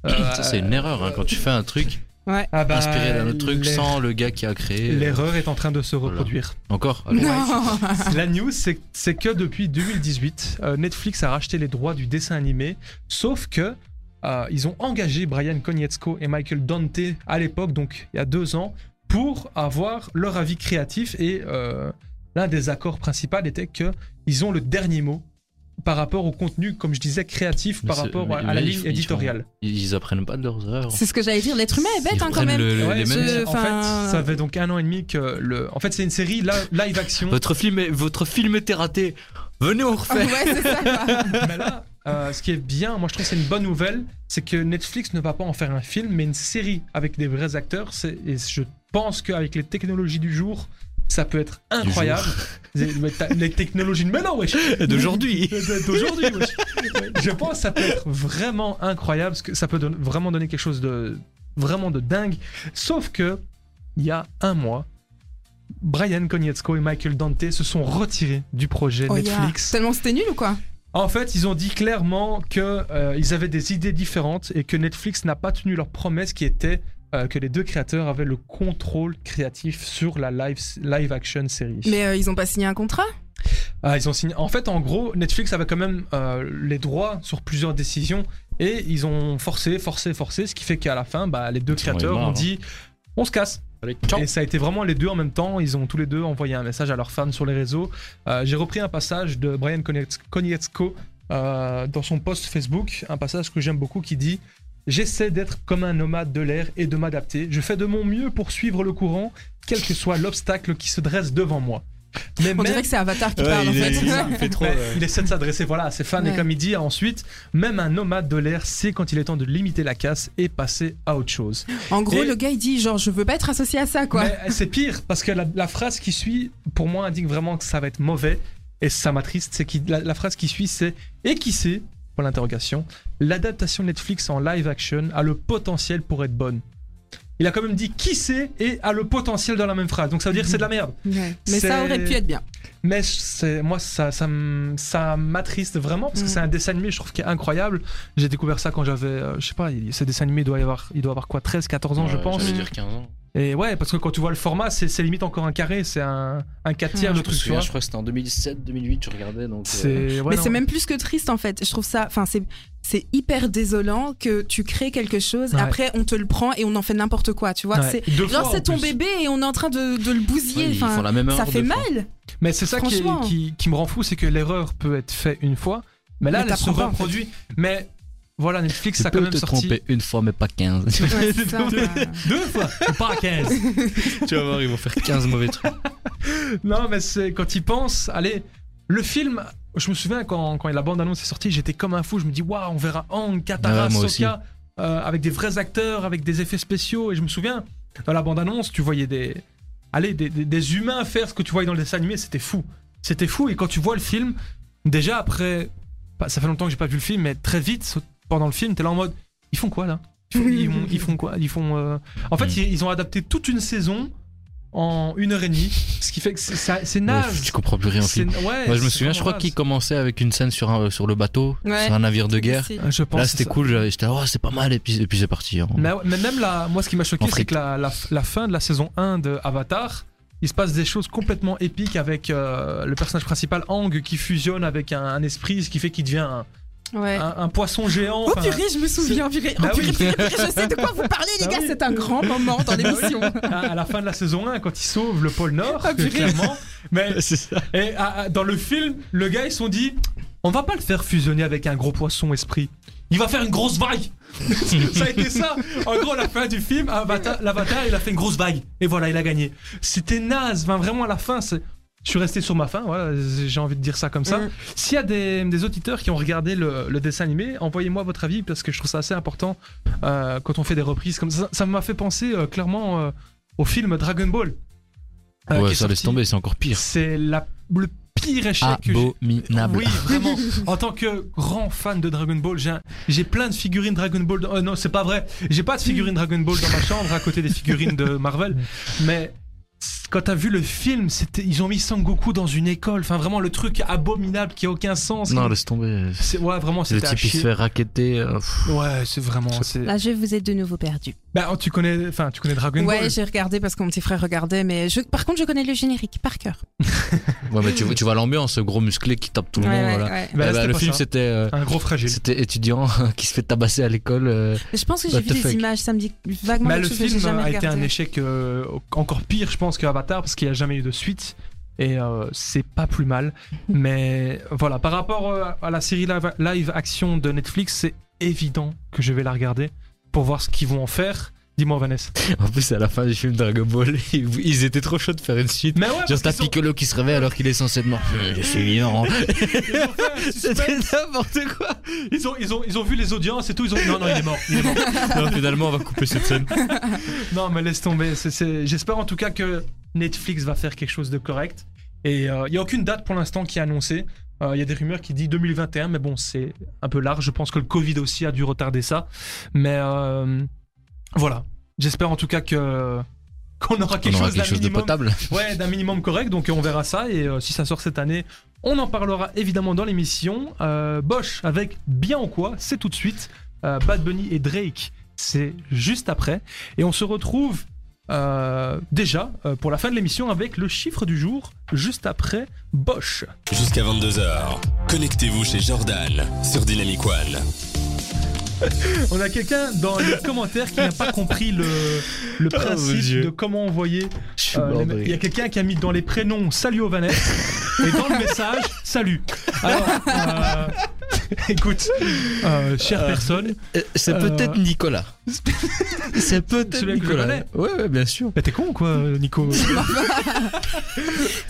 B: euh,
D: [COUGHS] Ça, c'est une erreur hein, quand tu fais un truc
B: ah bah,
D: inspiré d'un autre truc
B: l'er-
D: sans le gars qui a créé.
B: L'erreur est en train de se
D: Voilà.
B: reproduire.
D: Encore Allez.
C: Non.
B: Oh, [LAUGHS] La news, c'est c'est que depuis 2018, euh, Netflix a racheté les droits du dessin animé, sauf que euh, ils ont engagé Brian Konietzko et Michael Dante à l'époque, donc il y a deux ans, pour avoir leur avis créatif. Et euh, l'un des accords principaux était que ils ont le dernier mot par rapport au contenu, comme je disais, créatif,
D: Mais
B: par
D: c'est-
B: rapport
D: mais-
B: à, à la
D: mais ils-
B: ligne
D: ils font-
B: éditoriale.
D: Ils apprennent pas de leurs
C: [LAUGHS]
D: erreurs.
C: C'est ce que j'allais dire. L'être humain est bête
D: Ils
C: hein, quand
D: prennent
C: même.
D: le-
B: Ouais,
D: les mêmes
B: mais
C: je-
B: en
C: enfin-
B: fait, ça fait donc un an et demi que le. En fait, c'est une série li- live action.
D: Votre film, est- votre film était raté. Venez, on refait.
C: [LAUGHS] Ouais, c'est ça.
B: [LAUGHS] Mais là, euh, ce qui est bien, moi je trouve que c'est une bonne nouvelle, c'est que Netflix ne va pas en faire un film, mais une série avec des vrais acteurs. C'est- Et je pense qu'avec les technologies du jour, ça peut être incroyable. Mais t'as- Les technologies de maintenant, wesh. [LAUGHS]
D: D'aujourd'hui.
B: D'aujourd'hui, wesh. Je pense que ça peut être vraiment incroyable, parce que ça peut don- vraiment donner quelque chose de vraiment de dingue. Sauf que, il y a un mois, Brian Konietzko et Michael Dante se sont retirés du projet
C: Oh, yeah.
B: Netflix.
C: Tellement c'était nul ou quoi
B: En fait, ils ont dit clairement que euh, ils avaient des idées différentes et que Netflix n'a pas tenu leur promesse qui était euh, que les deux créateurs avaient le contrôle créatif sur la live, live action série.
C: Mais euh, ils ont pas signé un contrat
B: Ah, ils ont signé. En fait, en gros, Netflix avait quand même euh, les droits sur plusieurs décisions et ils ont forcé, forcé, forcé, ce qui fait qu'à la fin, bah, les deux
D: Ils en ont eu
B: créateurs
D: marre,
B: ont
D: hein.
B: dit on se casse.
D: Allez, ciao.
B: Et ça a été vraiment les deux en même temps. Ils ont tous les deux envoyé un message à leurs fans sur les réseaux. Euh, J'ai repris un passage de Brian Koniec- Konietzko euh, dans son post Facebook, un passage que j'aime beaucoup qui dit J'essaie d'être comme un nomade de l'air et de m'adapter. Je fais de mon mieux pour suivre le courant, quel que soit l'obstacle qui se dresse devant moi. Mais
C: On
B: même-
C: dirait que c'est Avatar qui
D: Ouais,
C: parle en
D: il est-
C: fait. euh.
D: il est- il fait trop,
B: mais
D: ouais.
B: Il essaie de s'adresser voilà, à ses fans et
C: Ouais.
B: comme il dit ensuite, même un nomade de l'air sait quand il est temps de limiter la casse et passer à autre chose.
C: En gros,
B: Et-
C: le gars il dit genre je veux pas être associé à ça quoi.
B: Mais eh, c'est pire parce que la, la phrase qui suit, pour moi, indique vraiment que ça va être mauvais et ça m'attriste. C'est que la, la phrase qui suit, c'est et qui sait pour l'interrogation, l'adaptation Netflix en live action a le potentiel pour être bonne. Il a quand même dit qui sait et a le potentiel dans la même phrase. Donc ça veut dire que c'est de la merde.
C: Ouais. Mais ça
B: C'est-
C: aurait pu être bien.
B: Mais c'est- moi, ça, ça, m- ça m'attriste vraiment parce que
C: Mm.
B: c'est un dessin animé, je trouve, qui est incroyable. J'ai découvert ça quand j'avais, euh, je sais pas, il- ce dessin animé, il doit, y avoir, il doit avoir quoi, 13, 14 ans, je
D: Euh,
E: Ouais,
B: pense.
E: J'allais dire 15 ans.
B: Et ouais, parce que quand tu vois le format, c'est c'est limite encore un carré, c'est un, un 4 tiers
C: Mm.
B: de
E: Je, me
B: truc, tu
E: souviens,
B: vois.
E: je crois que c'était en 2007, 2008, je regardais. Donc, euh,
B: C'est ouais,
C: mais
B: non.
C: c'est même plus que triste en fait. Je trouve ça, enfin c'est c'est hyper désolant que tu crées quelque chose,
B: Ouais.
C: après on te le prend et on en fait n'importe quoi, tu vois.
B: Ouais.
C: C'est
B: Deux
C: genre
B: fois, en
C: c'est ton
B: plus.
C: bébé et on est en train de, de le
D: Ouais,
C: bousiller.
D: ils
C: Ah, enfin,
D: font la même
C: ça
D: erreur
C: fait
D: deux fois.
B: [LAUGHS]
C: mal.
B: Mais c'est ça qui, est-
C: Franchement.
B: qui, qui me rend fou, c'est que l'erreur peut être faite une fois, mais là,
C: Mais
B: elle se
C: t'apprends pas, en fait.
B: reproduit. Mais voilà, Netflix,
D: Tu
B: ça a quand
D: peux
B: même
D: te
B: sorti.
D: tromper une fois, mais pas 15.
C: Ouais, c'est ça, ouais.
B: Deux fois, pas 15.
D: [LAUGHS] tu vas voir, ils vont faire 15 mauvais trucs.
B: Non, mais c'est quand il pense, allez, le film, je me souviens quand, quand la bande-annonce est sortie, j'étais comme un fou, je me dis, waouh, on verra Ang, Katara,
D: Ouais, moi
B: Sokka, euh, avec des vrais acteurs, avec des effets spéciaux, et je me souviens, dans la bande-annonce, tu voyais des, allez, des, des- des humains faire ce que tu voyais dans le dessin animé, c'était fou. C'était fou, et quand tu vois le film, déjà après, bah, ça fait longtemps que j'ai pas vu le film, mais très vite, pendant le film, t'es là en mode, ils font quoi là ils font, ils ont- ils font quoi Ils font. euh, En fait,
D: Mm.
B: ils, ils ont adapté toute une saison en une heure et demie, ce qui fait que c'est- ça- c'est
D: Tu
B: nage.
D: comprends plus rien au film. Moi, je me souviens, je crois qu'il
B: qu'il
D: commençait avec une scène sur, un- sur le bateau,
C: Ouais.
D: sur un navire de guerre.
C: Si.
B: Je pense.
D: Là, c'était cool, j'avais- j'étais là, oh, c'est pas mal, et puis, et puis c'est parti. hein.
B: Mais, [LAUGHS] ouais, mais même là, moi, ce qui m'a choqué,
D: En
B: c'est
D: frites.
B: que la, la- la fin de la saison 1 de Avatar, il se passe des choses complètement épiques avec euh, le personnage principal, Ang, qui fusionne avec un, un esprit, ce qui fait qu'il devient un,
C: Ouais.
B: un- un poisson géant.
C: Oh
B: Ah, enfin,
C: purée, je me souviens, purée. Oh,
B: Bah oui.
C: purée, purée, purée, je sais de quoi vous parlez, les
B: Bah
C: gars.
B: oui. Bah
C: C'est un grand moment dans l'émission.
B: à, à la fin de la saison 1, quand il sauve le pôle Nord,
C: Ah, purée.
B: clairement. Mais
D: C'est ça.
B: Et ah, ah, dans le film, le gars, ils se sont dit on va pas le faire fusionner avec un gros poisson esprit. Il va faire une grosse vague [LAUGHS] Ça a été ça En gros, la fin du film, Avatar- l'avatar, il a fait une grosse vague. Et voilà, il a gagné. C'était naze. Enfin, vraiment, à la fin, c'est. Je suis resté sur ma fin, voilà, j'ai envie de dire ça comme ça.
C: Mm.
B: S'il y a des, des auditeurs qui ont regardé le, le dessin animé, envoyez-moi votre avis parce que je trouve ça assez important euh, quand on fait des reprises comme ça. Ça m'a fait penser euh, clairement euh, au film Dragon Ball. euh, qui
D: ouais,
B: est
D: ça laisse
B: sorti-
D: tomber, c'est encore pire.
B: c'est la- le pire échec que j'ai.
D: Abominable.
B: Oui, vraiment. En tant que grand fan de Dragon Ball, j'ai un- j'ai plein de figurines Dragon Ball. dans- euh, non, c'est pas vrai. J'ai pas de figurines Dragon Ball dans ma chambre à côté des figurines de Marvel. Mais quand t'as vu le film, c'était- ils ont mis Sangoku dans une école. Enfin, vraiment, le truc abominable qui a aucun sens.
D: Non, laisse tomber.
B: c'est ouais, vraiment,
D: C'est le
B: c'était à
D: type qui se
B: chier.
D: fait racketter. euh, pff.
B: Ouais, c'est vraiment. c'est-
C: Là, je vous ai de nouveau perdu.
B: Bah, tu connais, enfin, tu connais Dragon
C: Ouais,
B: Ball.
C: j'ai regardé parce que mon petit frère regardait, mais je... par contre, je connais le générique par cœur.
D: Ouais, mais tu, vois- tu vois l'ambiance, ce gros musclé qui tape tout le
C: Ouais,
D: monde.
C: ouais,
D: voilà.
C: ouais.
D: Eh
B: Bah,
D: ben,
B: c'était
D: le
B: pas
D: film,
B: ça. Ah,
D: c'était euh,
B: Un gros fragile.
D: c'était étudiant [LAUGHS] qui se fait tabasser à l'école. euh,
C: Je pense que j'ai
D: What
C: vu
D: the
C: des
D: fuck.
C: images, ça me dit vaguement
B: Bah,
C: quelque
B: le
C: chose, mais j'ai
B: film
C: jamais
B: a été un
C: regardé.
B: échec euh, encore pire, je pense, que Avatar, parce qu'il n'y a jamais eu de suite. Et euh, c'est pas plus mal.
C: Mhm.
B: Mais voilà, par rapport euh, à la série live, live action de Netflix, c'est évident que je vais la regarder pour voir ce qu'ils vont en faire. Dis-moi, Vanessa.
D: En plus, à la fin du film Dragon Ball, [LAUGHS] ils étaient trop chauds de faire une suite.
B: Mais ouais,
D: Genre,
B: parce
D: t'as
B: qu'ils sont-
D: Piccolo qui se réveille alors qu'il est censé être mort. Hum, Je
B: [LAUGHS]
D: suis vivant.
B: ils ont fait un
D: [LAUGHS] C'était
B: suspense.
D: n'importe quoi.
B: [LAUGHS] Ils ont, ils, ont, ils ont vu les audiences et tout. Ils ont non, non, il est mort. Il est mort.
D: Non, finalement, on va couper cette scène.
B: Non, mais laisse tomber. C'est- c'est- J'espère en tout cas que Netflix va faire quelque chose de correct. Et euh, il n'y a aucune date pour l'instant qui est annoncée. Euh, Il y a des rumeurs qui disent 2021, mais bon, c'est un peu large. Je pense que le Covid aussi a dû retarder ça. Mais euh, voilà. J'espère en tout cas que qu'on aura quelque
D: on aura
B: chose, d'un
D: quelque chose de
B: minimum- Euh,
D: potable.
B: ouais, d'un minimum correct. Donc euh, on verra ça. Et euh, si ça sort cette année, on en parlera évidemment dans l'émission. Euh, Bosch avec Bien en quoi, c'est tout de suite. Euh, Bad Bunny et Drake, c'est juste après. Et on se retrouve euh, déjà euh, pour la fin de l'émission avec le chiffre du jour, juste après Bosch.
A: Jusqu'à 22h, connectez-vous chez Jordan sur Dynamic One.
B: On a quelqu'un dans les commentaires qui n'a pas compris le, le
D: Oh, mon
B: principe
D: Dieu.
B: de comment envoyer.
D: Je suis
B: euh,
D: mort
B: les
D: de
B: me-
D: rire.
B: Il y a quelqu'un qui a mis dans les prénoms Salut aux Vanessa et dans le message Salut. Alors, euh, écoute, euh, chère personne,
D: Euh, C'est
B: Euh,
D: peut-être Nicolas. [LAUGHS] C'est peut-être
B: Celui avec le
D: Nicolas.
B: bonnet.
D: Ouais, ouais, bien sûr.
B: mais t'es con ou quoi, Nico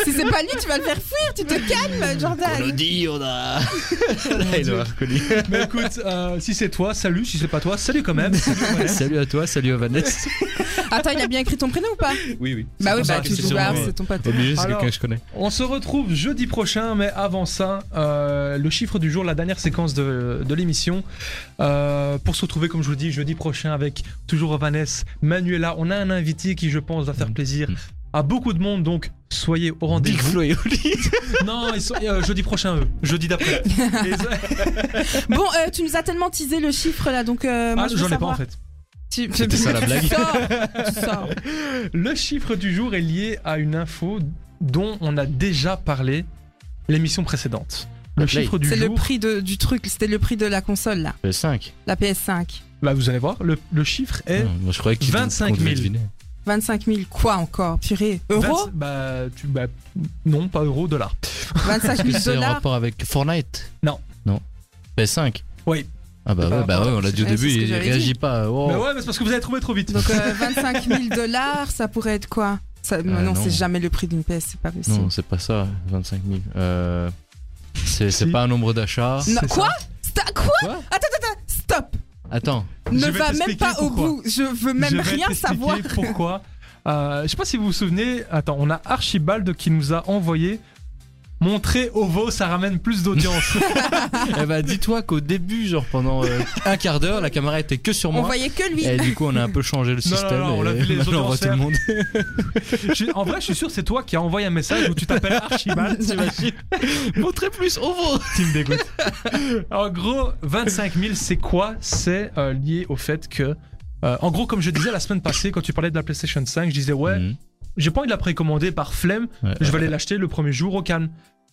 C: Si c'est pas lui, tu vas le faire fuir, tu te calmes,
D: On le
C: Jordan.
D: dit, on [LAUGHS] a. Là, il aura reconnu.
B: Mais écoute, euh, si c'est toi, salut. Si c'est pas toi, salut quand même. Salut aux Vanessa.
D: [LAUGHS] Salut à toi, salut à Vanessa.
C: Attends, il a bien écrit ton prénom ou pas
D: [LAUGHS] Oui, oui.
C: Bah oui,
B: pour ça
C: bah
B: que
C: tu
B: c'est
C: joues
B: sur
C: pas,
B: moi.
C: c'est ton pote.
D: Obligé,
B: Alors-
D: c'est quelqu'un que je connais.
B: On se retrouve jeudi prochain, mais avant ça, euh, le chiffre du jour, la dernière séquence de, de l'émission. Euh, pour se retrouver, comme je vous le dis, jeudi prochain avec toujours Vanessa, Manuela. On a un invité qui, je pense, va faire plaisir
D: Mhm.
B: à beaucoup de monde, donc soyez au
D: Big
B: rendez-vous.
D: Flo et Oli.
B: non, ils sont- euh, jeudi prochain, eux. Jeudi [LAUGHS] d'après. Les-
C: Bon, euh, tu nous as tellement teasé le chiffre là, donc euh, moi
B: Ah,
C: je veux
B: j'en ai pas en
C: savoir.
B: fait.
C: Tu-
D: C'était ça,
C: [LAUGHS]
D: la blague.
C: Tu sors, tu sors.
B: Le chiffre du jour est lié à une info dont on a déjà parlé l'émission précédente. Le
D: La play.
B: chiffre du
C: C'est
B: jour.
C: le prix de- du truc, c'était le prix de la console là,
D: Le 5.
C: la PS5.
B: Bah, vous allez voir, le, le chiffre est.
D: Moi, je croyais que
B: 25 000.
C: 25 000, quoi encore Purée. Euros
B: 20 bah, tu, bah, non, pas euro, dollar.
C: 25
D: Que
C: 000
D: c'est en
C: dollars
D: rapport avec Fortnite
B: Non.
D: Non. PS5
B: Oui.
D: Ah bah
B: C'est
D: ouais,
B: pas
D: bah ouais, on l'a dit au
C: Ouais, c'est
D: début,
C: ce que
D: il
C: j'avais Bah
D: réagit pas. Oh.
B: Mais Bah ouais, mais c'est parce que vous avez trouvé trop vite.
C: Donc
B: [LAUGHS]
C: euh, 25 000 dollars, ça pourrait être quoi Ça-
B: Euh,
C: Non,
D: non.
C: c'est jamais le prix d'une PS, c'est pas possible.
D: Non, c'est pas ça, 25 000. Euh, c'est c'est
B: Si.
D: pas un nombre d'achats.
C: Non,
B: c'est
C: quoi Sta- Quoi
D: Quoi
C: Attends, attends, attends, stop
D: Attends,
B: Je
C: Ne
B: vais
C: va même
B: t'expliquer
C: pas au
B: pourquoi.
C: bout, je veux
B: Je
C: même
B: vais
C: rien
B: t'expliquer
C: savoir. [LAUGHS]
B: Pourquoi Euh, Je sais pas si vous vous souvenez. Attends, on a Archibald qui nous a envoyé. Montrer Ovo, ça ramène plus d'audience.
D: eh bah dis-toi qu'au début, genre pendant euh, un quart d'heure, la caméra était que sur
C: On
D: moi.
C: voyait que lui.
D: Et du coup, on a un peu changé le
B: non,
D: système.
B: non, on
D: et
B: l'a vu les
D: maintenant,
B: autres
D: [LAUGHS] on voit
B: en
D: tout le monde.
B: Je suis- en vrai, je suis sûr, c'est toi qui as envoyé un message où tu
D: [LAUGHS]
B: t'appelles Archibald.
C: [LAUGHS]
B: t'imagines
D: Montrez plus, on voit.
B: Tu me dégoûtes. En gros, 25 000, c'est quoi C'est euh, lié au fait que. euh, en gros, comme je disais la semaine passée, quand tu parlais de la PlayStation 5, je disais, ouais,
D: Mhm.
B: j'ai pas envie de la précommander par flemme,
D: Ouais,
B: je vais
D: ouais.
B: aller l'acheter le premier jour au calme.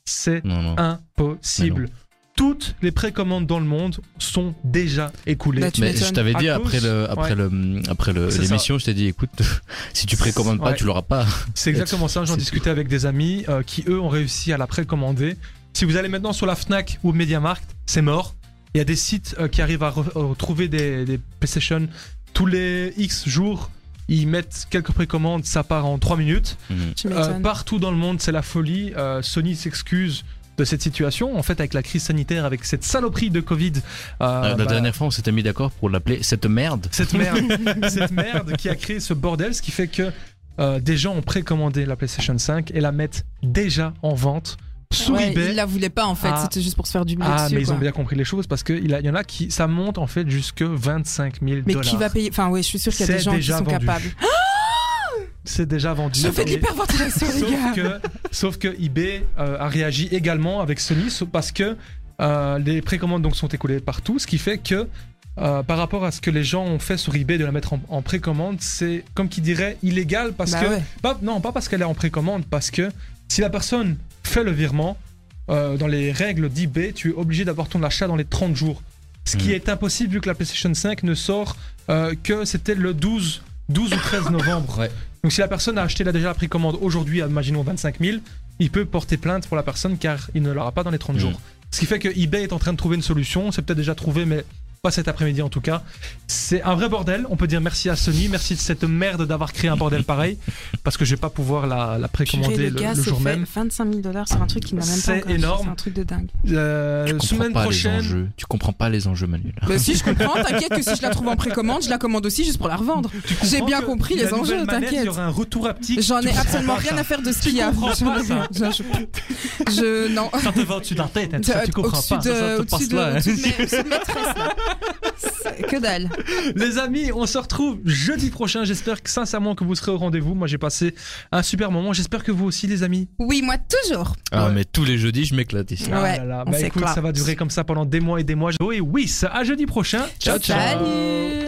B: C'est
D: Non,
C: Ah,
D: non.
B: impossible. Toutes les précommandes dans le monde sont déjà écoulées.
C: Bah, tu
D: Mais je
C: m'étonnes.
D: t'avais
B: À
D: dit
B: cause-
D: après le après
B: Ouais.
D: le après le-
B: C'est
D: l'émission, je t'ai dit écoute, [LAUGHS] si tu précommandes pas,
B: Ouais.
D: tu l'auras pas.
B: C'est exactement ça, j'en
D: C'est-
B: discutais avec des amis euh, qui eux ont réussi à la précommander. Si vous allez maintenant sur la Fnac ou Mediamarkt, c'est mort. Il y a des sites euh, qui arrivent à re- euh, retrouver des, des PlayStation tous les X jours. Ils mettent quelques précommandes, ça part en 3 minutes.
D: Mhm.
C: Tu
B: Euh,
C: m'étonnes.
B: partout dans le monde, c'est la folie. Euh, Sony s'excuse de cette situation. En fait, avec la crise sanitaire, avec cette saloperie de Covid, euh,
D: Euh, la
B: bah,
D: dernière fois, on s'était mis d'accord pour l'appeler cette merde.
B: cette merde, cette merde qui a créé ce bordel, ce qui fait que euh, des gens ont précommandé la PlayStation 5 et la mettent déjà en vente sur
C: Ouais,
B: eBay.
C: il la voulait pas en fait,
B: Ah.
C: c'était juste pour se faire du blé
B: Ah,
C: dessus.
B: mais ils
C: quoi.
B: ont bien compris les choses parce qu'il y en a qui ça monte en fait jusque 25 000
C: Mais
B: dollars.
C: qui va payer Enfin, ouais, je suis sûr qu'il y a des
B: C'est
C: gens qui
B: déjà
C: sont
B: vendu. [LAUGHS]
C: capables.
B: C'est déjà vendu.
C: Je fais de
B: Et-
C: l'hyperventilation, les
B: sauf
C: gars.
B: que, sauf que eBay euh, a réagi également avec Sony sauf- parce que euh, les précommandes donc sont écoulées partout, ce qui fait que euh, par rapport à ce que les gens ont fait sur eBay de la mettre en, en précommande, c'est comme qui dirait illégal parce
C: Bah
B: que
C: ouais.
B: Pas- non, pas parce qu'elle est en précommande, parce que si la personne fait le virement, euh, dans les règles d'eBay, tu es obligé d'avoir ton achat dans les 30 jours. Ce qui
D: Mhm.
B: est impossible vu que la PlayStation 5 ne sort euh, que c'était le 12, 12 ou 13 novembre.
D: Ouais.
B: Donc si la personne a acheté là, déjà la précommande aujourd'hui, à, imaginons 25 000, il peut porter plainte pour la personne car il ne l'aura pas dans les 30
D: Mhm.
B: jours. Ce qui fait que eBay est en train de trouver une solution. C'est peut-être déjà trouvé, mais Pas cet après-midi en tout cas. C'est un vrai bordel. On peut dire merci à Sony, merci de cette merde d'avoir créé un bordel pareil, parce que je vais pas pouvoir la, la
C: Purée,
B: précommander le,
C: gars
B: le
C: s'est
B: jour
C: fait
B: même.
C: 25 000 dollars sur un truc qui n'a même pas
B: C'est
C: encore acheté,
B: énorme.
C: C'est un truc
B: [LAUGHS]
C: de dingue.
B: Euh,
D: Tu comprends
B: semaine
D: pas les
B: prochaine,
D: enjeux. Tu comprends pas les enjeux, Manuel.
C: Mais si, je comprends, t'inquiète que si je la trouve en précommande, je la commande aussi juste pour la revendre.
B: tu comprends
C: J'ai bien
B: que
C: compris
B: la
C: les
B: nouvelle
C: enjeux,
B: manette, Il y
C: t'inquiète.
B: aura un retour haptique. [LAUGHS]
C: J'en
B: Tu
C: ai
B: comprends
C: absolument
B: pas
C: rien
B: ça.
C: à faire de ce
B: Tu
C: qu'il y a.
B: comprends
C: Je-
B: pas ça.
C: je- Je. Non.
B: Ça te va au-dessus de la tête, hein, ça, tu comprends
C: Au-dessus
B: pas.
C: de,
D: ça te
C: au-dessus
D: passe
C: de-
D: là, hein.
C: au-dessus de mes- au-dessus de mes
B: [LAUGHS]
C: tresses, là. C'est- Que dalle.
B: hein.
C: [LAUGHS]
B: Les amis, on se retrouve jeudi prochain. J'espère que sincèrement que vous serez au rendez-vous. Moi, j'ai passé un super moment. J'espère que vous aussi, les amis.
C: Oui, moi toujours.
D: Ah,
B: Ouais.
D: mais tous les jeudis, je m'éclate ici.
C: Ouais, on
B: Bah écoute,
C: s'éclate.
B: ça va durer comme ça pendant des mois et des mois. Oui, oui, à jeudi prochain.
D: Ciao, ciao.
C: Salut.